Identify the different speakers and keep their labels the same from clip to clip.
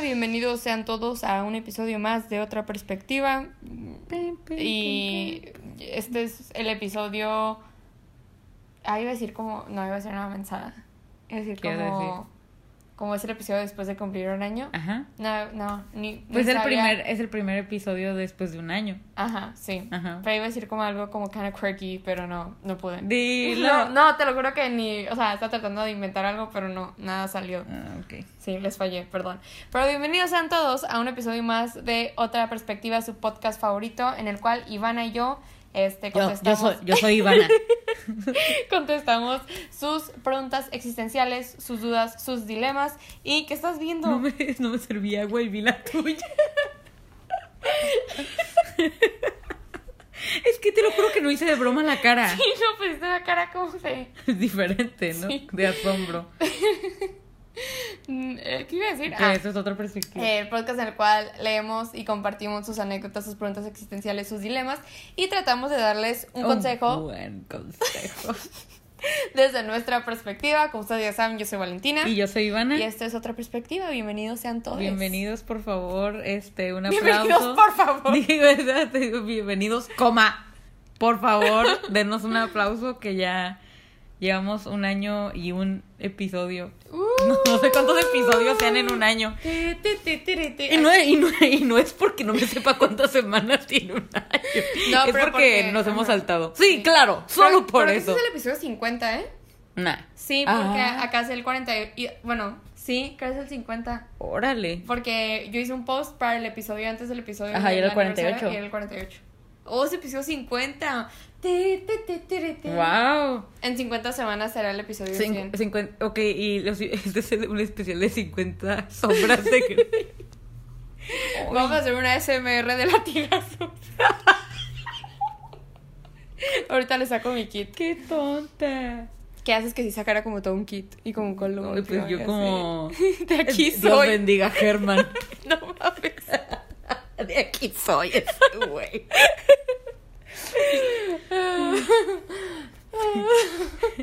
Speaker 1: Bienvenidos sean todos a un episodio más de otra perspectiva. Y este es el episodio. Ah, iba a decir como. No, iba a ser una mensada. Iba a decir
Speaker 2: ¿Qué
Speaker 1: como.
Speaker 2: iba a decir?
Speaker 1: Como es el episodio después de cumplir un año.
Speaker 2: Ajá.
Speaker 1: No, no, ni. ni
Speaker 2: Pues el
Speaker 1: sabía.
Speaker 2: primer, es el primer episodio después de un año.
Speaker 1: Ajá, sí.
Speaker 2: Ajá.
Speaker 1: Pero iba a decir como algo como kind of quirky, pero no, no pude.
Speaker 2: Dilo.
Speaker 1: No, no, te lo juro que ni. O sea, estaba tratando de inventar algo, pero no, nada salió.
Speaker 2: Ah, ok.
Speaker 1: Sí, les fallé, perdón. Pero bienvenidos sean todos a un episodio más de Otra Perspectiva, su podcast favorito, en el cual Ivana y yo este,
Speaker 2: Yo, yo
Speaker 1: contestamos,
Speaker 2: soy, yo soy Ivana.
Speaker 1: contestamos sus preguntas existenciales, sus dudas, sus dilemas. ¿Y qué estás viendo?
Speaker 2: No me, no me servía, güey, vi la tuya. Es que te lo juro que no hice de broma la cara.
Speaker 1: Y no pusiste la cara como de.
Speaker 2: Es diferente, ¿no?
Speaker 1: Sí.
Speaker 2: De asombro.
Speaker 1: Mm, eh, ¿Qué iba a decir?
Speaker 2: Que
Speaker 1: Ah, eh,
Speaker 2: eso es otra perspectiva.
Speaker 1: el podcast en el cual leemos y compartimos sus anécdotas, sus preguntas existenciales, sus dilemas y tratamos de darles
Speaker 2: Oh,
Speaker 1: un consejo
Speaker 2: buen consejo.
Speaker 1: desde nuestra perspectiva. Como ustedes ya saben, yo soy Valentina.
Speaker 2: Y yo soy Ivana.
Speaker 1: Y esto es otra perspectiva. Bienvenidos sean todos.
Speaker 2: Bienvenidos, por favor, este, un aplauso.
Speaker 1: Bienvenidos, por favor.
Speaker 2: Dije, ¿verdad? Te digo, bienvenidos, coma. Por favor, denos un aplauso que ya llevamos un año y un episodio.
Speaker 1: Uh.
Speaker 2: No, no sé cuántos episodios sean en un año.
Speaker 1: Ti, ti, ti, ti, ti.
Speaker 2: Y no, es- y, no, y no es porque no me sepa cuántas semanas tiene un año.
Speaker 1: No,
Speaker 2: es porque,
Speaker 1: pero porque-
Speaker 2: nos hemos
Speaker 1: ajá.
Speaker 2: saltado. Sí, claro, solo
Speaker 1: Pero-
Speaker 2: por
Speaker 1: pero
Speaker 2: eso.
Speaker 1: Este es el episodio 50, ¿eh?
Speaker 2: Nah.
Speaker 1: Sí, porque
Speaker 2: Ah.
Speaker 1: acá es el 40. y- Y, bueno, sí, acá es el 50.
Speaker 2: Órale.
Speaker 1: Porque yo hice un post para el episodio antes del episodio.
Speaker 2: Ajá, y era el
Speaker 1: del aniversario,
Speaker 2: 48.
Speaker 1: Y era el 48. Oh, ese episodio 50. Ti, ti, ti, ti, ti, ti.
Speaker 2: Wow.
Speaker 1: En 50 semanas será el episodio
Speaker 2: Cin-
Speaker 1: 100.
Speaker 2: 50, ok, y los- este es el- un especial de 50 sombras de Grey.
Speaker 1: Vamos a hacer una SMR de latigazos. Ahorita le saco mi kit.
Speaker 2: ¡Qué tonta!
Speaker 1: ¿Qué haces que si sacara como todo un kit y como un color?
Speaker 2: Ay, pues yo como...
Speaker 1: De aquí
Speaker 2: Dios
Speaker 1: soy.
Speaker 2: bendiga, Germán.
Speaker 1: No mames.
Speaker 2: De aquí soy, es tu güey.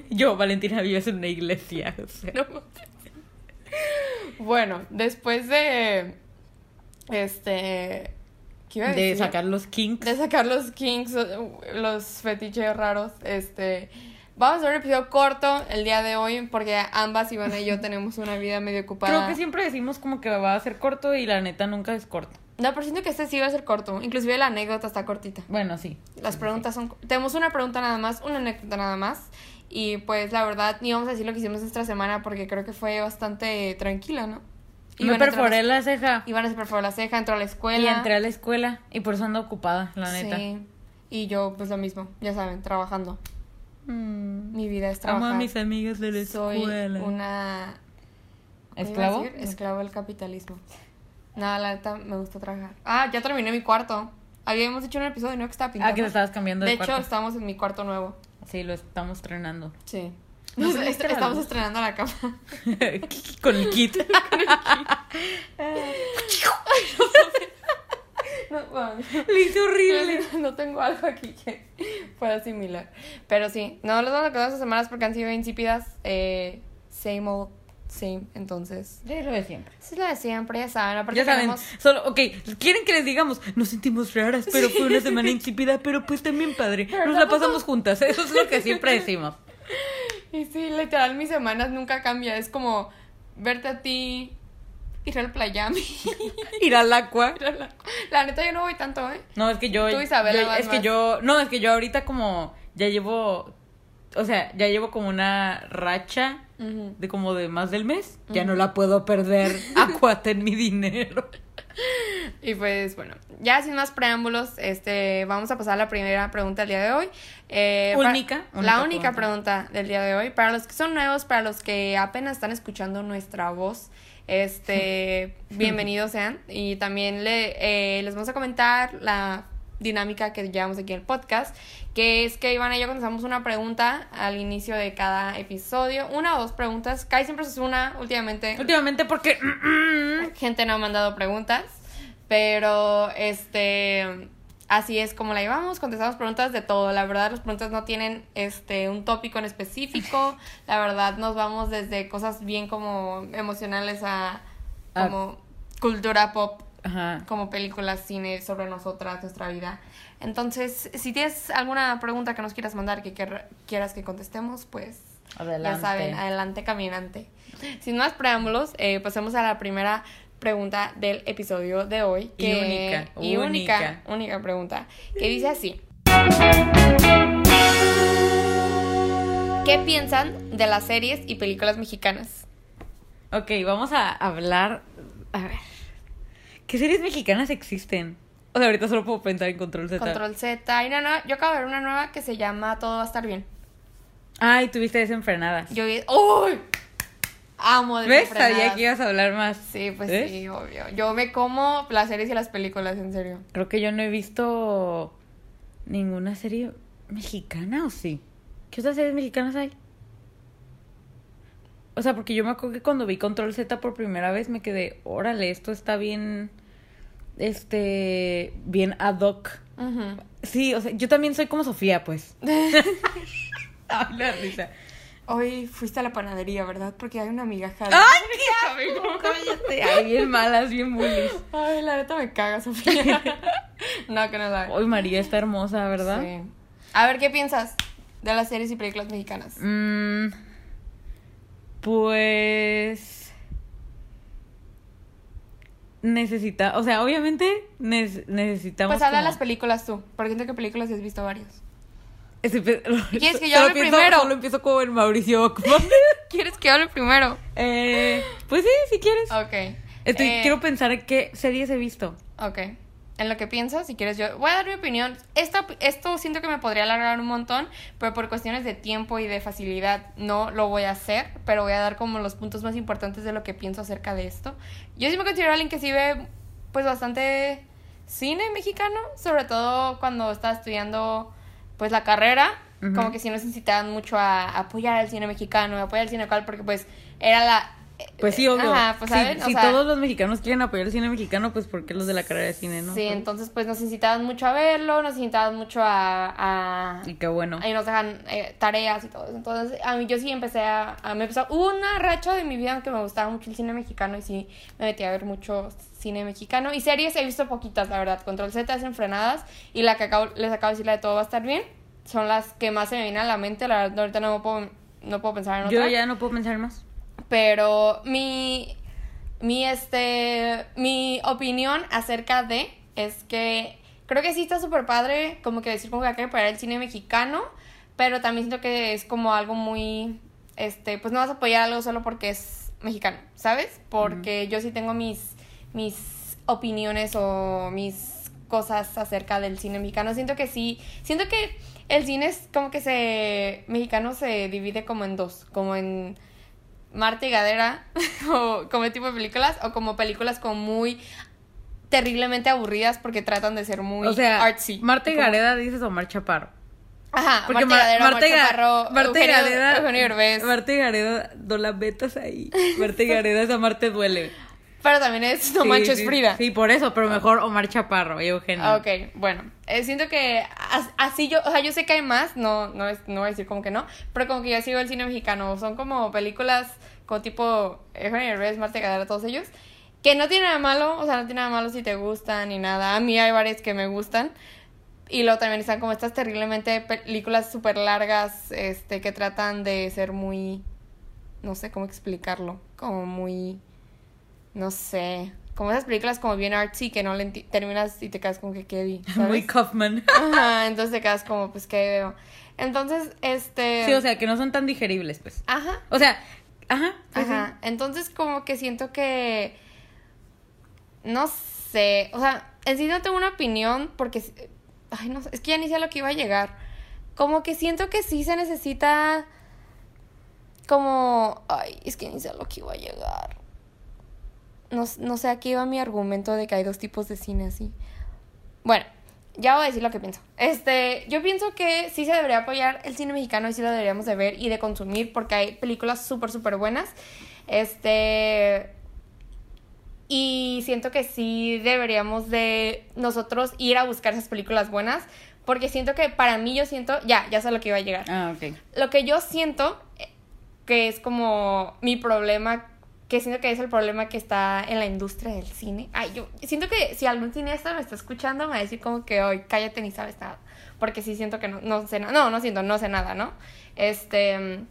Speaker 2: Yo, Valentina, vives en una iglesia. o sea.
Speaker 1: No mames. Bueno, después de. Este. ¿Qué iba a
Speaker 2: de
Speaker 1: decir?
Speaker 2: sacar los kinks.
Speaker 1: De sacar los kinks, uh, los fetiches raros. Este. Vamos a hacer un episodio corto el día de hoy porque ambas, Ivana y yo, tenemos una vida medio ocupada.
Speaker 2: Creo que siempre decimos como que va a ser corto y la neta nunca es corto.
Speaker 1: No, pero siento que este sí va a ser corto. Inclusive la anécdota está cortita.
Speaker 2: Bueno, sí.
Speaker 1: Las preguntas son... Tenemos una pregunta nada más, una anécdota nada más. Y pues la verdad, ni vamos a decir lo que hicimos esta semana porque creo que fue bastante tranquila, ¿no?
Speaker 2: Me
Speaker 1: Ivana entró a la-
Speaker 2: perforé la ceja.
Speaker 1: Ivana se perforó la ceja, entró a la
Speaker 2: Y
Speaker 1: escuela.
Speaker 2: entré a la escuela y por eso ando ocupada, la neta.
Speaker 1: Sí. Y yo, pues lo mismo, ya saben, trabajando.
Speaker 2: Mm.
Speaker 1: Mi vida es
Speaker 2: Amo
Speaker 1: trabajar.
Speaker 2: a mis amigas de la
Speaker 1: Soy
Speaker 2: escuela.
Speaker 1: una... ¿qué iba a
Speaker 2: ¿Esclavo? Ah,
Speaker 1: decir? Esclavo del capitalismo. Nada, la neta, me gusta trabajar. Ah, ya terminé mi cuarto. Habíamos hecho un episodio, ¿no? Que estaba pintando.
Speaker 2: Ah, que te estabas cambiando de,
Speaker 1: De hecho,
Speaker 2: cuarto.
Speaker 1: estamos en mi cuarto nuevo.
Speaker 2: Sí, lo estamos estrenando.
Speaker 1: Sí.
Speaker 2: No
Speaker 1: Nos-
Speaker 2: prendiste
Speaker 1: est-
Speaker 2: la
Speaker 1: estamos
Speaker 2: luz.
Speaker 1: estrenando la cama.
Speaker 2: Con el kit.
Speaker 1: No, bueno,
Speaker 2: Lo hice horrible.
Speaker 1: no tengo algo aquí que pueda similar. Pero sí, no les vamos a contar estas semanas porque han sido insípidas. Eh, same old, same. Entonces,
Speaker 2: Sí, lo de siempre.
Speaker 1: esa es la de siempre, ya saben. Aparte
Speaker 2: Ya saben,
Speaker 1: tenemos-
Speaker 2: solo, ok, quieren que les digamos, nos sentimos raras, pero fue una semana insípida, pero pues también padre,
Speaker 1: Pero
Speaker 2: nos la
Speaker 1: tampoco-
Speaker 2: pasamos juntas, eso es lo que siempre decimos.
Speaker 1: Y sí, literal, mis semanas nunca cambia. Es como verte a ti, ir al playami.
Speaker 2: Ir al agua.
Speaker 1: ir a la... la neta, yo no voy tanto, ¿eh?
Speaker 2: No, es que yo.
Speaker 1: Tú, Isabela,
Speaker 2: yo-
Speaker 1: vas
Speaker 2: es que
Speaker 1: más.
Speaker 2: yo. No, es que yo ahorita como. Ya llevo. O sea, ya llevo como una racha
Speaker 1: Ujú.
Speaker 2: de como de más del mes. Ya no la puedo perder. Acuaten mi dinero.
Speaker 1: Y pues bueno, ya sin más preámbulos, este, vamos a pasar a la primera pregunta del día de hoy. Eh, para-
Speaker 2: Única,
Speaker 1: la
Speaker 2: única
Speaker 1: única pregunta. del día de hoy. Para los que son nuevos, para los que apenas están escuchando nuestra voz, este, bienvenidos sean. Y también le, eh, les vamos a comentar la dinámica que llevamos aquí en el podcast, que es que Iván y yo contestamos una pregunta al inicio de cada episodio, una o dos preguntas, casi siempre es una, últimamente
Speaker 2: Últimamente porque.
Speaker 1: gente no ha mandado preguntas, pero este así es como la llevamos, contestamos preguntas de todo. La verdad, las preguntas no tienen este un tópico en específico. La verdad, nos vamos desde cosas bien como emocionales a
Speaker 2: A
Speaker 1: como cultura pop
Speaker 2: Ajá.
Speaker 1: como películas, cine sobre nosotras, nuestra vida. Entonces, si tienes alguna pregunta que nos quieras mandar, que quer- quieras que contestemos, pues
Speaker 2: Adelante.
Speaker 1: ya saben, adelante caminante. Sin más preámbulos, eh, pasemos a la primera pregunta del episodio de hoy.
Speaker 2: Y única,
Speaker 1: y única,
Speaker 2: única.
Speaker 1: única pregunta, que dice así. ¿Qué piensan de las series y películas mexicanas?
Speaker 2: Ok, vamos a hablar. A ver. ¿Qué series mexicanas existen? O sea, ahorita solo puedo pensar en Control Z.
Speaker 1: Control Z. Hay una nueva- yo acabo de ver una nueva que se llama Todo va a estar bien.
Speaker 2: Ay, tuviste desenfrenadas.
Speaker 1: Yo ¡Uy! Amo de
Speaker 2: ¿Ves? Sabía que ibas a hablar más.
Speaker 1: Sí, pues
Speaker 2: ¿Ves?
Speaker 1: sí, obvio. Yo me como las series y las películas, en serio.
Speaker 2: Creo que yo no he visto ninguna serie mexicana, ¿o sí? ¿Qué otras series mexicanas hay? O sea, porque yo me acuerdo que cuando vi Control Z por primera vez me quedé, órale, esto está bien, este, bien ad hoc.
Speaker 1: Ujú.
Speaker 2: Sí, o sea, yo también soy como Sofía, pues. Ay, la risa.
Speaker 1: Hoy fuiste a la panadería, ¿verdad? Porque hay una migaja. de-
Speaker 2: ¡Ay, qué asco! Cállate. Ay, bien malas, bien bullies.
Speaker 1: Ay, la neta me caga, Sofía. no, que no la
Speaker 2: Hoy María está hermosa, ¿verdad?
Speaker 1: Sí. A ver, ¿qué piensas de las series y películas mexicanas?
Speaker 2: Mm, pues necesita, o sea, obviamente nes- necesitamos.
Speaker 1: Pues habla de
Speaker 2: como-
Speaker 1: las películas tú, porque siento que películas has visto varios.
Speaker 2: Estoy pe-
Speaker 1: ¿Quieres que yo
Speaker 2: Solo
Speaker 1: hable
Speaker 2: pienso-
Speaker 1: primero?
Speaker 2: Solo empiezo como en Mauricio Ockman.
Speaker 1: ¿Quieres que hable primero?
Speaker 2: Eh, pues sí, si quieres.
Speaker 1: Ok.
Speaker 2: Estoy-
Speaker 1: Eh,
Speaker 2: Quiero pensar en qué series he visto.
Speaker 1: Ok. En lo que piensas, si quieres, yo voy a dar mi opinión. Esta, esto siento que me podría alargar un montón, pero por cuestiones de tiempo y de facilidad no lo voy a hacer, pero voy a dar como los puntos más importantes de lo que pienso acerca de esto. Yo sí me considero alguien que sí ve, pues, bastante cine mexicano, sobre todo cuando estaba estudiando, pues, la carrera.
Speaker 2: Ujú.
Speaker 1: Como que sí nos incitaban mucho a apoyar al cine mexicano, a apoyar al cine local, porque, pues, era la...
Speaker 2: Pues sí, obvio.
Speaker 1: Ajá, pues,
Speaker 2: Si-
Speaker 1: ¿saben? O
Speaker 2: Si,
Speaker 1: sea-
Speaker 2: todos los mexicanos quieren apoyar el cine mexicano, pues ¿por qué los de la carrera de cine, no?
Speaker 1: Sí, entonces pues nos incitaban mucho a verlo, nos incitaban mucho a... a
Speaker 2: Y qué bueno.
Speaker 1: y nos dejan eh, tareas y todo eso. Entonces, a mí yo sí empecé a... a- me empezó, hubo una racha de mi vida en que me gustaba mucho el cine mexicano y sí me metí a ver mucho cine mexicano. Y series he visto poquitas, la verdad. Control Z, Desenfrenadas y la que acabo, les acabo de decir, la de Todo va a estar bien. Son las que más se me vienen a la mente. La verdad, ahorita no puedo, no puedo pensar en otra.
Speaker 2: Yo ya no puedo pensar más.
Speaker 1: Pero mi, mi, este, mi opinión acerca de es que creo que sí está súper padre como que decir como que hay que apoyar el cine mexicano, pero también siento que es como algo muy, este, pues no vas a apoyar algo solo porque es mexicano, ¿sabes? Porque yo sí tengo mis, mis opiniones o mis cosas acerca del cine mexicano. Siento que sí, siento que el cine es como que se, mexicano se divide como en dos, como en... Marta y Gadera, o como tipo de películas, o como películas como muy terriblemente aburridas porque tratan de ser muy
Speaker 2: o sea,
Speaker 1: artsy.
Speaker 2: Marta y
Speaker 1: Como-
Speaker 2: Gareda dices Omar Chaparro.
Speaker 1: Ajá,
Speaker 2: Porque
Speaker 1: Marta y Gadera, Omar
Speaker 2: Marta y Ga-
Speaker 1: Chaparro,
Speaker 2: Marta y
Speaker 1: Eugenio-
Speaker 2: Gareda.
Speaker 1: Eugenio Derbez.
Speaker 2: Marta y Gareda, no la metas ahí. Marta y Gareda, esa Marte duele.
Speaker 1: Pero también es No
Speaker 2: Sí,
Speaker 1: Manches
Speaker 2: sí,
Speaker 1: Frida.
Speaker 2: Sí, por eso, pero mejor Omar Chaparro y Eugenio.
Speaker 1: Ah, Ok, bueno, eh, siento que as- así yo, o sea, yo sé que hay más, no, no, es, no voy a decir como que no, pero como que yo sigo el cine mexicano, son como películas con tipo Eugenio Derbez, Marta Gadara, todos ellos, que no tiene nada malo, o sea, no tiene nada malo si te gustan ni nada, a mí hay varias que me gustan, y luego también están como estas terriblemente películas súper largas, este, que tratan de ser muy, no sé cómo explicarlo, como muy no sé, como esas películas como bien artsy que no le enti- terminas y te quedas como que qué vi, ¿sabes?
Speaker 2: Muy Kaufman.
Speaker 1: Ajá, entonces te quedas como pues qué veo. Entonces, este
Speaker 2: Sí, o sea, que no son tan digeribles, pues.
Speaker 1: ajá,
Speaker 2: O sea, ajá. pues sí.
Speaker 1: ajá. Entonces como que siento que no sé, o sea, en sí no tengo una opinión porque s- ay, no sé, es que ya ni sé a lo que iba a llegar. Como que siento que sí se necesita como ay, es que ni sé a lo que iba a llegar. no, no sé a qué iba mi argumento de que hay dos tipos de cine así. Bueno, ya voy a decir lo que pienso. Este, yo pienso que sí se debería apoyar el cine mexicano y sí lo deberíamos de ver y de consumir porque hay películas súper, súper buenas. Este, y siento que sí deberíamos de nosotros ir a buscar esas películas buenas porque siento que para mí yo siento, ya, ya sé a lo que iba a llegar
Speaker 2: Ah, ok.
Speaker 1: lo que yo siento eh, que es como mi problema que siento que es el problema que está en la industria del cine. Ay, yo siento que si algún cineasta me está escuchando, me va a decir como que hoy cállate ni sabes nada. Porque sí siento que no, no sé nada. No, no siento, no sé nada, ¿no? Este.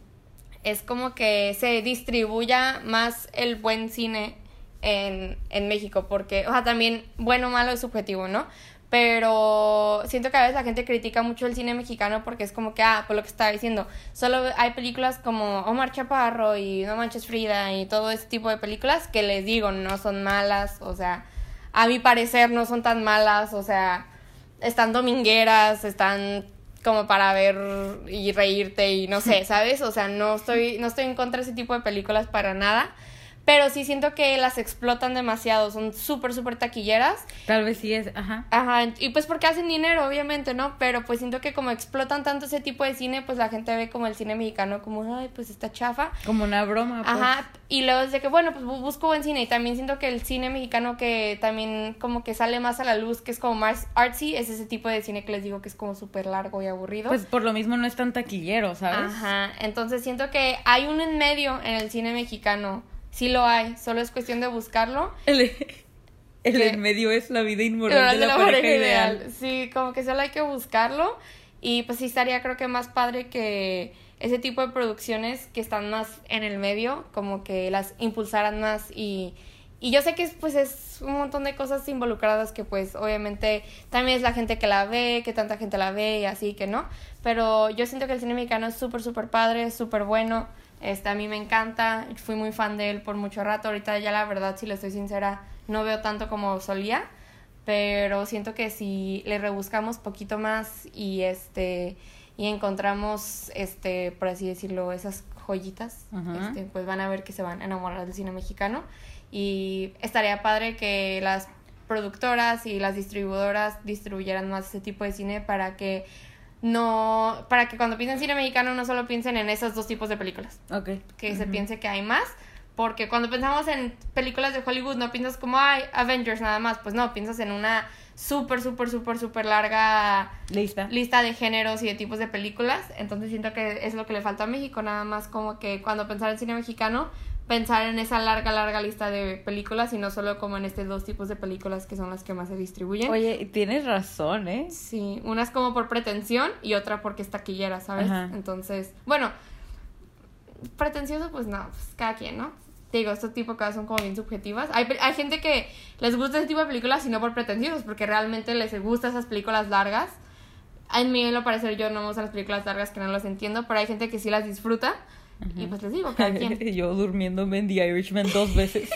Speaker 1: Es como que se distribuya más el buen cine en, en México. Porque, o sea, también bueno o malo es subjetivo, ¿no? pero siento que a veces la gente critica mucho el cine mexicano porque es como que, ah, por lo que estaba diciendo, solo hay películas como Omar Chaparro y No Manches Frida y todo ese tipo de películas que les digo, no son malas, o sea, a mi parecer no son tan malas, o sea, están domingueras, están como para ver y reírte y no sé, ¿sabes? O sea, no estoy, no estoy en contra de ese tipo de películas para nada. Pero sí siento que las explotan demasiado, son súper, súper taquilleras.
Speaker 2: Tal vez sí es, ajá.
Speaker 1: Ajá, y pues porque hacen dinero, obviamente, ¿no? Pero pues siento que como explotan tanto ese tipo de cine, pues la gente ve como el cine mexicano como, ay, pues está chafa.
Speaker 2: Como una broma. Pues.
Speaker 1: Ajá, y luego desde que, bueno, pues busco buen cine. Y también siento que el cine mexicano que también como que sale más a la luz, que es como más artsy, es ese tipo de cine que les digo que es como súper largo y aburrido.
Speaker 2: Pues por lo mismo no es tan taquillero, ¿sabes?
Speaker 1: Ajá, entonces siento que hay un en medio en el cine mexicano. Sí lo hay, solo es cuestión de buscarlo.
Speaker 2: El, el
Speaker 1: ¿Qué?
Speaker 2: en medio es la vida inmoral
Speaker 1: Pero
Speaker 2: de,
Speaker 1: es
Speaker 2: la, pareja, ideal.
Speaker 1: Sí, como que solo hay que buscarlo. Y pues sí estaría creo que más padre que ese tipo de producciones que están más en el medio, como que las impulsaran más y... Y yo sé que es, pues es un montón de cosas involucradas que pues obviamente también es la gente que la ve, que tanta gente la ve y así que no. Pero yo siento que el cine mexicano es súper, súper padre, es súper bueno. Este, a mí me encanta, fui muy fan de él por mucho rato. Ahorita ya la verdad, si le estoy sincera, no veo tanto como solía. Pero siento que si le rebuscamos poquito más y este y encontramos este por así decirlo esas joyitas
Speaker 2: Ajá.
Speaker 1: este, pues van a ver que se van a enamorar del cine mexicano y estaría padre que las productoras y las distribuidoras distribuyeran más ese tipo de cine para que no para que cuando piensen cine mexicano no solo piensen en esos dos tipos de películas
Speaker 2: Ok.
Speaker 1: que se piense que hay más porque cuando pensamos en películas de Hollywood no piensas como ay Avengers nada más pues no piensas en una súper súper súper súper larga
Speaker 2: Lista.
Speaker 1: lista de géneros y de tipos de películas. Entonces siento que es lo que le falta a México, nada más como que cuando pensar en cine mexicano, pensar en esa larga, larga lista de películas y no solo como en estos dos tipos de películas que son las que más se distribuyen.
Speaker 2: Oye, tienes razón, ¿eh?
Speaker 1: Sí, una es como por pretensión y otra porque es taquillera, ¿sabes?
Speaker 2: Ajá.
Speaker 1: Entonces, bueno, pretencioso pues no, pues cada quien, ¿no? Te Digo, este tipo de cosas son como bien subjetivas. Hay, pe- hay gente que les gusta ese tipo de películas y no por pretenciosos, porque realmente les gusta esas películas largas. A mí, en lo parecer, yo no me gustan las películas largas que no las entiendo, pero hay gente que sí las disfruta. Y pues les digo, cada quien.
Speaker 2: Yo durmiéndome en The Irishman dos veces.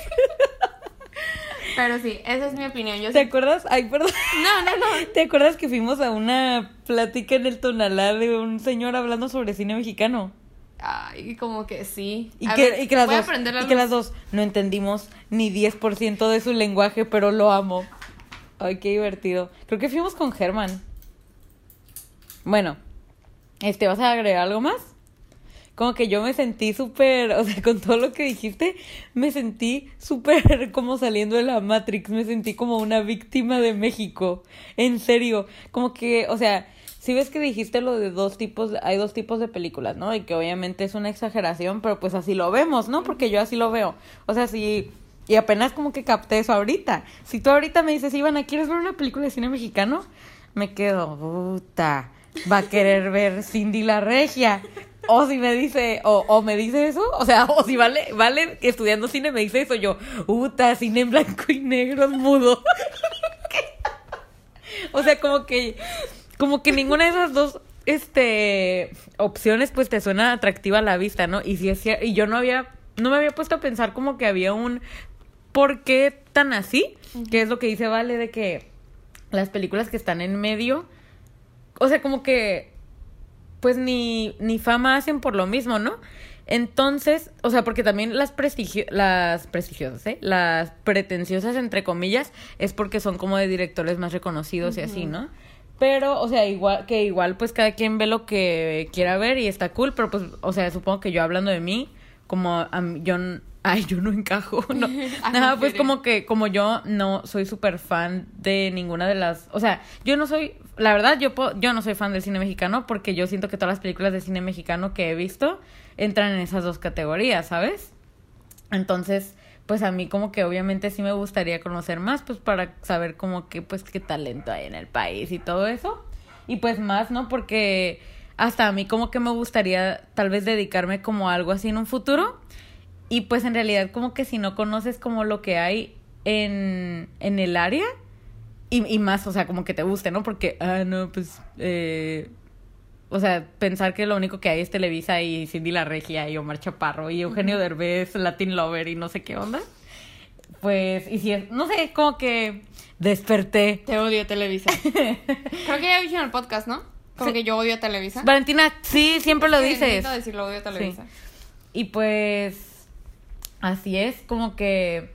Speaker 1: Pero sí, esa es mi opinión. Yo
Speaker 2: ¿Te
Speaker 1: sí-
Speaker 2: acuerdas? Ay, perdón.
Speaker 1: No, no, no.
Speaker 2: ¿Te acuerdas que fuimos a una plática en el Tonalá de un señor hablando sobre cine mexicano?
Speaker 1: Ay, como que sí.
Speaker 2: Y
Speaker 1: A
Speaker 2: que,
Speaker 1: ver,
Speaker 2: y que las
Speaker 1: voy a
Speaker 2: dos,
Speaker 1: prender la
Speaker 2: y que
Speaker 1: luz.
Speaker 2: las dos no entendimos ni 10% de su lenguaje, pero lo amo. Ay, qué divertido. Creo que fuimos con Germán. Bueno, este, ¿vas a agregar algo más? Como que yo me sentí súper, o sea, con todo lo que dijiste, me sentí súper como saliendo de la Matrix, me sentí como una víctima de México, en serio, como que, o sea, si ves que dijiste lo de dos tipos, hay dos tipos de películas, ¿no? Y que obviamente es una exageración, pero pues así lo vemos, ¿no? Porque yo así lo veo, o sea, si, y apenas como que capté eso ahorita, si tú ahorita me dices, Ivana, ¿quieres ver una película de cine mexicano? Me quedo, puta, va a querer ver Cindy la Regia. O si me dice, o, o me dice eso, o sea, o si vale, vale, estudiando cine me dice eso, yo, puta, cine en blanco y negro es mudo. o sea, como que, como que ninguna de esas dos, este, opciones, pues te suena atractiva a la vista, ¿no? Y si es cier- y yo no había, no me había puesto a pensar como que había un, ¿por qué tan así? Que es lo que dice Vale de que las películas que están en medio, o sea, como que pues ni, ni fama hacen por lo mismo, ¿no? Entonces, o sea, porque también las, prestigio las prestigiosas, ¿eh? Las pretenciosas, entre comillas, es porque son como de directores más reconocidos y así, ¿no? Pero, o sea, igual que igual, pues cada quien ve lo que quiera ver y está cool, pero pues, o sea, supongo que yo hablando de mí, como a mí- yo, n- ay, yo no encajo, no. Nada, pues
Speaker 1: Ajá.
Speaker 2: como que como yo no soy súper fan de ninguna de las, o sea, yo no soy, la verdad, yo po- yo no soy fan del cine mexicano porque yo siento que todas las películas de cine mexicano que he visto entran en esas dos categorías, ¿sabes? Entonces, pues a mí como que obviamente sí me gustaría conocer más, pues para saber como que, pues qué talento hay en el país y todo eso. Y pues más, ¿no? Porque hasta a mí como que me gustaría tal vez dedicarme como a algo así en un futuro. Y pues en realidad como que si no conoces como lo que hay en, en el área y, y más, o sea, como que te guste, ¿no? Porque, ah, no, pues, eh, o sea, pensar que lo único que hay es Televisa y Cindy La Regia y Omar Chaparro y Eugenio Derbez, Latin Lover y no sé qué onda. Pues, y si es, no sé, como que desperté.
Speaker 1: Te odio Televisa. Creo que ya dije en el podcast, ¿no? Como
Speaker 2: Sí.
Speaker 1: que yo odio Televisa.
Speaker 2: Valentina, sí, siempre lo
Speaker 1: Sí,
Speaker 2: dices.
Speaker 1: Necesito decirlo, odio Televisa.
Speaker 2: Sí. Y pues así es, como que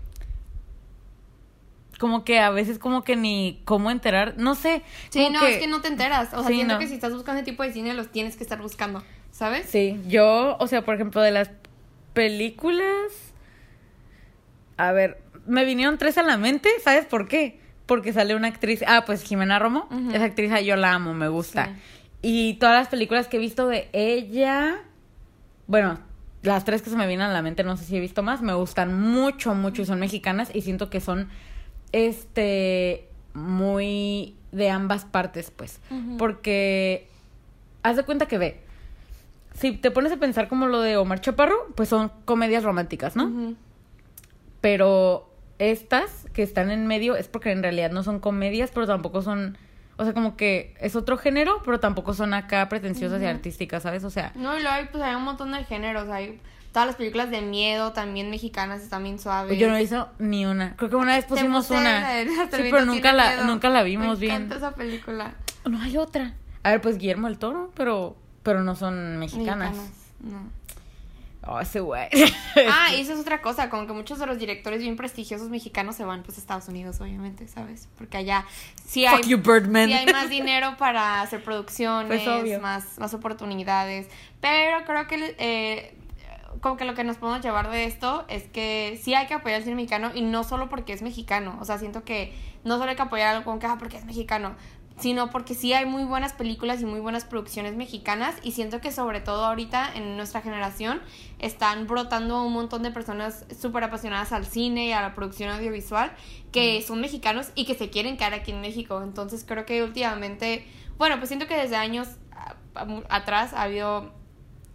Speaker 2: como que a veces como que ni cómo enterar, no sé,
Speaker 1: Sí,
Speaker 2: como
Speaker 1: no, es que no te enteras. O sea,
Speaker 2: Sí,
Speaker 1: siento
Speaker 2: no.
Speaker 1: que si estás buscando ese tipo de cine, los tienes que estar buscando, ¿sabes?
Speaker 2: Sí, yo, o sea, por ejemplo, de las películas a ver, me vinieron tres a la mente, ¿sabes por qué? Porque sale una actriz, ah, pues Jimena Romo,
Speaker 1: Ujú.
Speaker 2: esa actriz ah, yo la amo, me gusta.
Speaker 1: Sí.
Speaker 2: Y todas las películas que he visto de ella, Bueno, las tres que se me vienen a la mente, no sé si he visto más, me gustan mucho, mucho y son mexicanas y siento que son, este, muy de ambas partes, pues.
Speaker 1: Ujú.
Speaker 2: Porque, haz de cuenta que ve, si te pones a pensar como lo de Omar Chaparro, pues son comedias románticas, ¿no?
Speaker 1: Ujú.
Speaker 2: Pero estas que están en medio es porque en realidad no son comedias, pero tampoco son... O sea, como que es otro género, pero tampoco son acá pretenciosas y
Speaker 1: Ujú.
Speaker 2: artísticas, ¿sabes? O sea,
Speaker 1: No, y luego hay, pues, hay un montón de géneros. Hay todas las películas de miedo también mexicanas están bien suaves.
Speaker 2: Pues Yo no he visto ni una. Creo que una vez
Speaker 1: Te
Speaker 2: pusimos
Speaker 1: puse la
Speaker 2: una.
Speaker 1: de
Speaker 2: Sí,
Speaker 1: las
Speaker 2: pero
Speaker 1: termitas
Speaker 2: nunca
Speaker 1: tiene
Speaker 2: la,
Speaker 1: miedo.
Speaker 2: nunca la vimos
Speaker 1: Me
Speaker 2: bien.
Speaker 1: encanta esa película.
Speaker 2: No hay otra. A ver, pues Guillermo el Toro, pero, pero no son mexicanas.
Speaker 1: Mexicanas, no.
Speaker 2: Oh, ese güey.
Speaker 1: Ah, y eso es otra cosa, como que muchos de los directores bien prestigiosos mexicanos se van pues a Estados Unidos, obviamente, ¿sabes? Porque allá sí hay,
Speaker 2: Fuck you, Birdman.
Speaker 1: sí hay más dinero para hacer producciones,
Speaker 2: Pues, obvio.
Speaker 1: más, más oportunidades, pero creo que eh, como que lo que nos podemos llevar de esto es que sí hay que apoyar al cine mexicano y no solo porque es mexicano, o sea, siento que no solo hay que apoyar algo con caja porque es mexicano, sino porque sí hay muy buenas películas y muy buenas producciones mexicanas y siento que sobre todo ahorita en nuestra generación están brotando un montón de personas súper apasionadas al cine y a la producción audiovisual que son mexicanos y que se quieren quedar aquí en México. Entonces creo que últimamente, bueno, pues siento que desde años a- a- atrás ha habido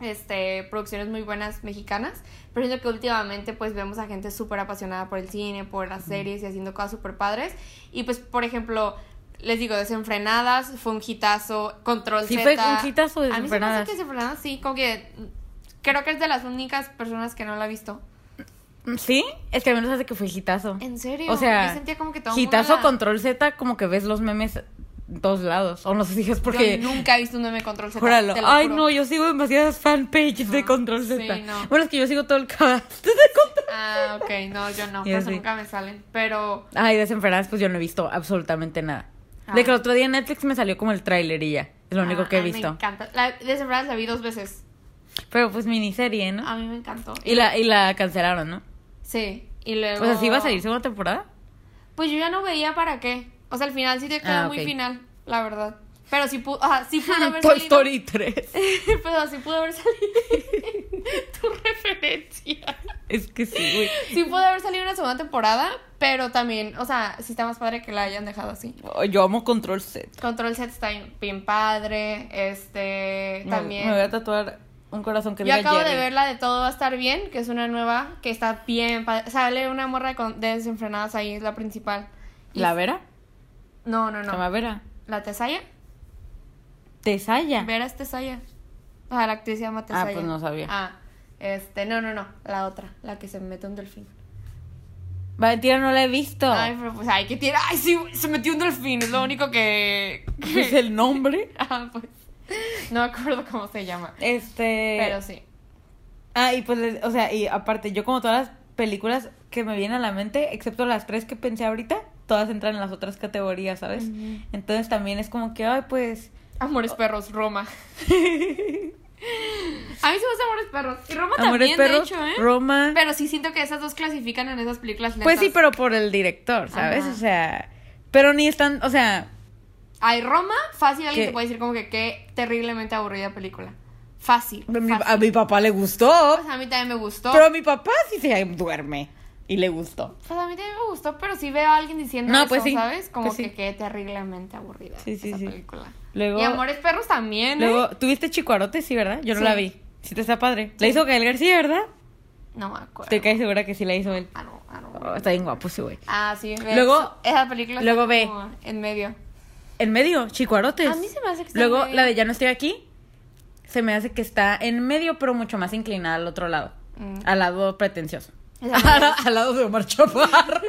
Speaker 1: este, producciones muy buenas mexicanas, pero siento que últimamente pues vemos a gente súper apasionada por el cine, por las series y haciendo cosas súper padres. Y pues, por ejemplo, les digo, Desenfrenadas fue un hitazo, Control
Speaker 2: Sí,
Speaker 1: Z.
Speaker 2: fue un hitazo,
Speaker 1: A mí se me hace
Speaker 2: Desenfrenadas.
Speaker 1: que Desenfrenadas sí, como que mm, creo que es de las únicas personas que no la ha visto.
Speaker 2: Mm, ¿Sí? Es que a mí me hace que fue hitazo.
Speaker 1: En serio,
Speaker 2: O sea,
Speaker 1: yo sentía como que todo el mundo
Speaker 2: hitazo
Speaker 1: la-
Speaker 2: control Z, como que ves los memes en todos lados. O no sé si es porque.
Speaker 1: Yo nunca he visto un meme Control Z.
Speaker 2: Júralo.
Speaker 1: te lo
Speaker 2: Ay,
Speaker 1: juro.
Speaker 2: no, yo sigo demasiadas fanpages de
Speaker 1: No,
Speaker 2: Control Z.
Speaker 1: sí, no.
Speaker 2: Bueno, es que yo sigo todo el cast.
Speaker 1: Ah, ok, no, yo no, por
Speaker 2: Y
Speaker 1: eso
Speaker 2: así.
Speaker 1: nunca me salen. Pero
Speaker 2: Ay, desenfrenadas, pues yo no he visto absolutamente nada.
Speaker 1: Ay.
Speaker 2: De que el otro día en Netflix me salió como el tráiler y ya. Es lo único
Speaker 1: Ah,
Speaker 2: que he
Speaker 1: ay, Me
Speaker 2: visto.
Speaker 1: encanta. La, Desenfrenadas la vi dos veces.
Speaker 2: Pero pues miniserie, ¿no?
Speaker 1: A mí me encantó.
Speaker 2: Y la, y la cancelaron, ¿no?
Speaker 1: Sí, y luego.
Speaker 2: O sea, sí iba a salir segunda temporada.
Speaker 1: Pues yo ya no veía para qué. O sea, al final sí te queda
Speaker 2: Ah,
Speaker 1: muy
Speaker 2: ok.
Speaker 1: final, la verdad. Pero sí pudo, ajá, sí pudo haber
Speaker 2: Toy
Speaker 1: salido.
Speaker 2: Story 3.
Speaker 1: Pero sí pudo haber salido. tu referencia.
Speaker 2: Es que sí, güey.
Speaker 1: Sí pudo haber salido una segunda temporada, pero también, o sea, sí está más padre que la hayan dejado así.
Speaker 2: Oh, Yo amo Control Z.
Speaker 1: Control Z está bien, bien padre. Este,
Speaker 2: Me-
Speaker 1: también.
Speaker 2: Me, voy a tatuar un corazón que
Speaker 1: Yo
Speaker 2: diga
Speaker 1: acabo de
Speaker 2: Jerry.
Speaker 1: ver la de Todo va a estar bien, que es una nueva, que está bien. pa- Sale una morra de con- de desenfrenadas ahí, es la principal. Y-
Speaker 2: ¿La Vera?
Speaker 1: No, no,
Speaker 2: Se llama
Speaker 1: no.
Speaker 2: Vera.
Speaker 1: ¿La Tesaya?
Speaker 2: Tesaya.
Speaker 1: Vera es Tesaya. O sea, la actriz se llama Tesaya.
Speaker 2: pues no sabía.
Speaker 1: Ah, este, no, no, no. La otra, la que se mete un delfín.
Speaker 2: Valentina no la he visto.
Speaker 1: Ay, pero pues, ay, que tiene. Ay, sí, güey, se metió un delfín, es lo único que.
Speaker 2: Es Pues el nombre.
Speaker 1: Ah, pues. No me acuerdo cómo se llama.
Speaker 2: Este.
Speaker 1: Pero sí.
Speaker 2: Ah, y pues, les- o sea, y aparte, yo como todas las películas que me vienen a la mente, excepto las tres que pensé ahorita, todas entran en las otras categorías, ¿sabes?
Speaker 1: Ujú.
Speaker 2: Entonces también es como que, ay, pues,
Speaker 1: Amores Perros, Roma. A mí se me hace Amores Perros. Y Roma
Speaker 2: Amores
Speaker 1: también,
Speaker 2: Perros,
Speaker 1: de hecho, ¿eh?
Speaker 2: Roma.
Speaker 1: Pero sí siento que esas dos clasifican en esas películas lentas.
Speaker 2: pues sí, pero por el director, ¿sabes?
Speaker 1: Ajá.
Speaker 2: O sea, pero ni están, o sea,
Speaker 1: Hay Roma, fácil alguien
Speaker 2: ¿Qué?
Speaker 1: te puede decir como que qué terriblemente aburrida película. Fácil.
Speaker 2: Mi-
Speaker 1: fácil.
Speaker 2: a mi papá le gustó,
Speaker 1: Pues a mí también me gustó.
Speaker 2: pero mi papá sí se duerme y le gustó.
Speaker 1: Pues a mí también me gustó, pero sí veo a alguien diciendo
Speaker 2: No,
Speaker 1: eso,
Speaker 2: pues sí,
Speaker 1: ¿sabes? Como
Speaker 2: pues
Speaker 1: que
Speaker 2: sí.
Speaker 1: quedé terriblemente aburrida
Speaker 2: Sí, sí,
Speaker 1: esa
Speaker 2: sí.
Speaker 1: película.
Speaker 2: Luego-
Speaker 1: y Amores Perros también, ¿eh?
Speaker 2: Luego, ¿tuviste Chicuarote? Sí, ¿verdad? Yo no
Speaker 1: Sí.
Speaker 2: la vi. Sí, te está padre. La hizo Gael García, ¿verdad?
Speaker 1: No me acuerdo.
Speaker 2: Te caes segura que sí la hizo él.
Speaker 1: Ah, no, ah, no.
Speaker 2: Oh, está bien guapo ese güey.
Speaker 1: Ah, sí. ve,
Speaker 2: Luego-
Speaker 1: Esa película está
Speaker 2: luego ve.
Speaker 1: como En medio.
Speaker 2: En medio, Chicuarotes.
Speaker 1: A mí se me hace que está en
Speaker 2: Luego,
Speaker 1: medio.
Speaker 2: la de Ya no estoy aquí, se me hace que está en medio, pero mucho más inclinada al otro lado.
Speaker 1: Mm.
Speaker 2: Al lado pretencioso.
Speaker 1: Esa no la he
Speaker 2: al lado de Omar Chaparro.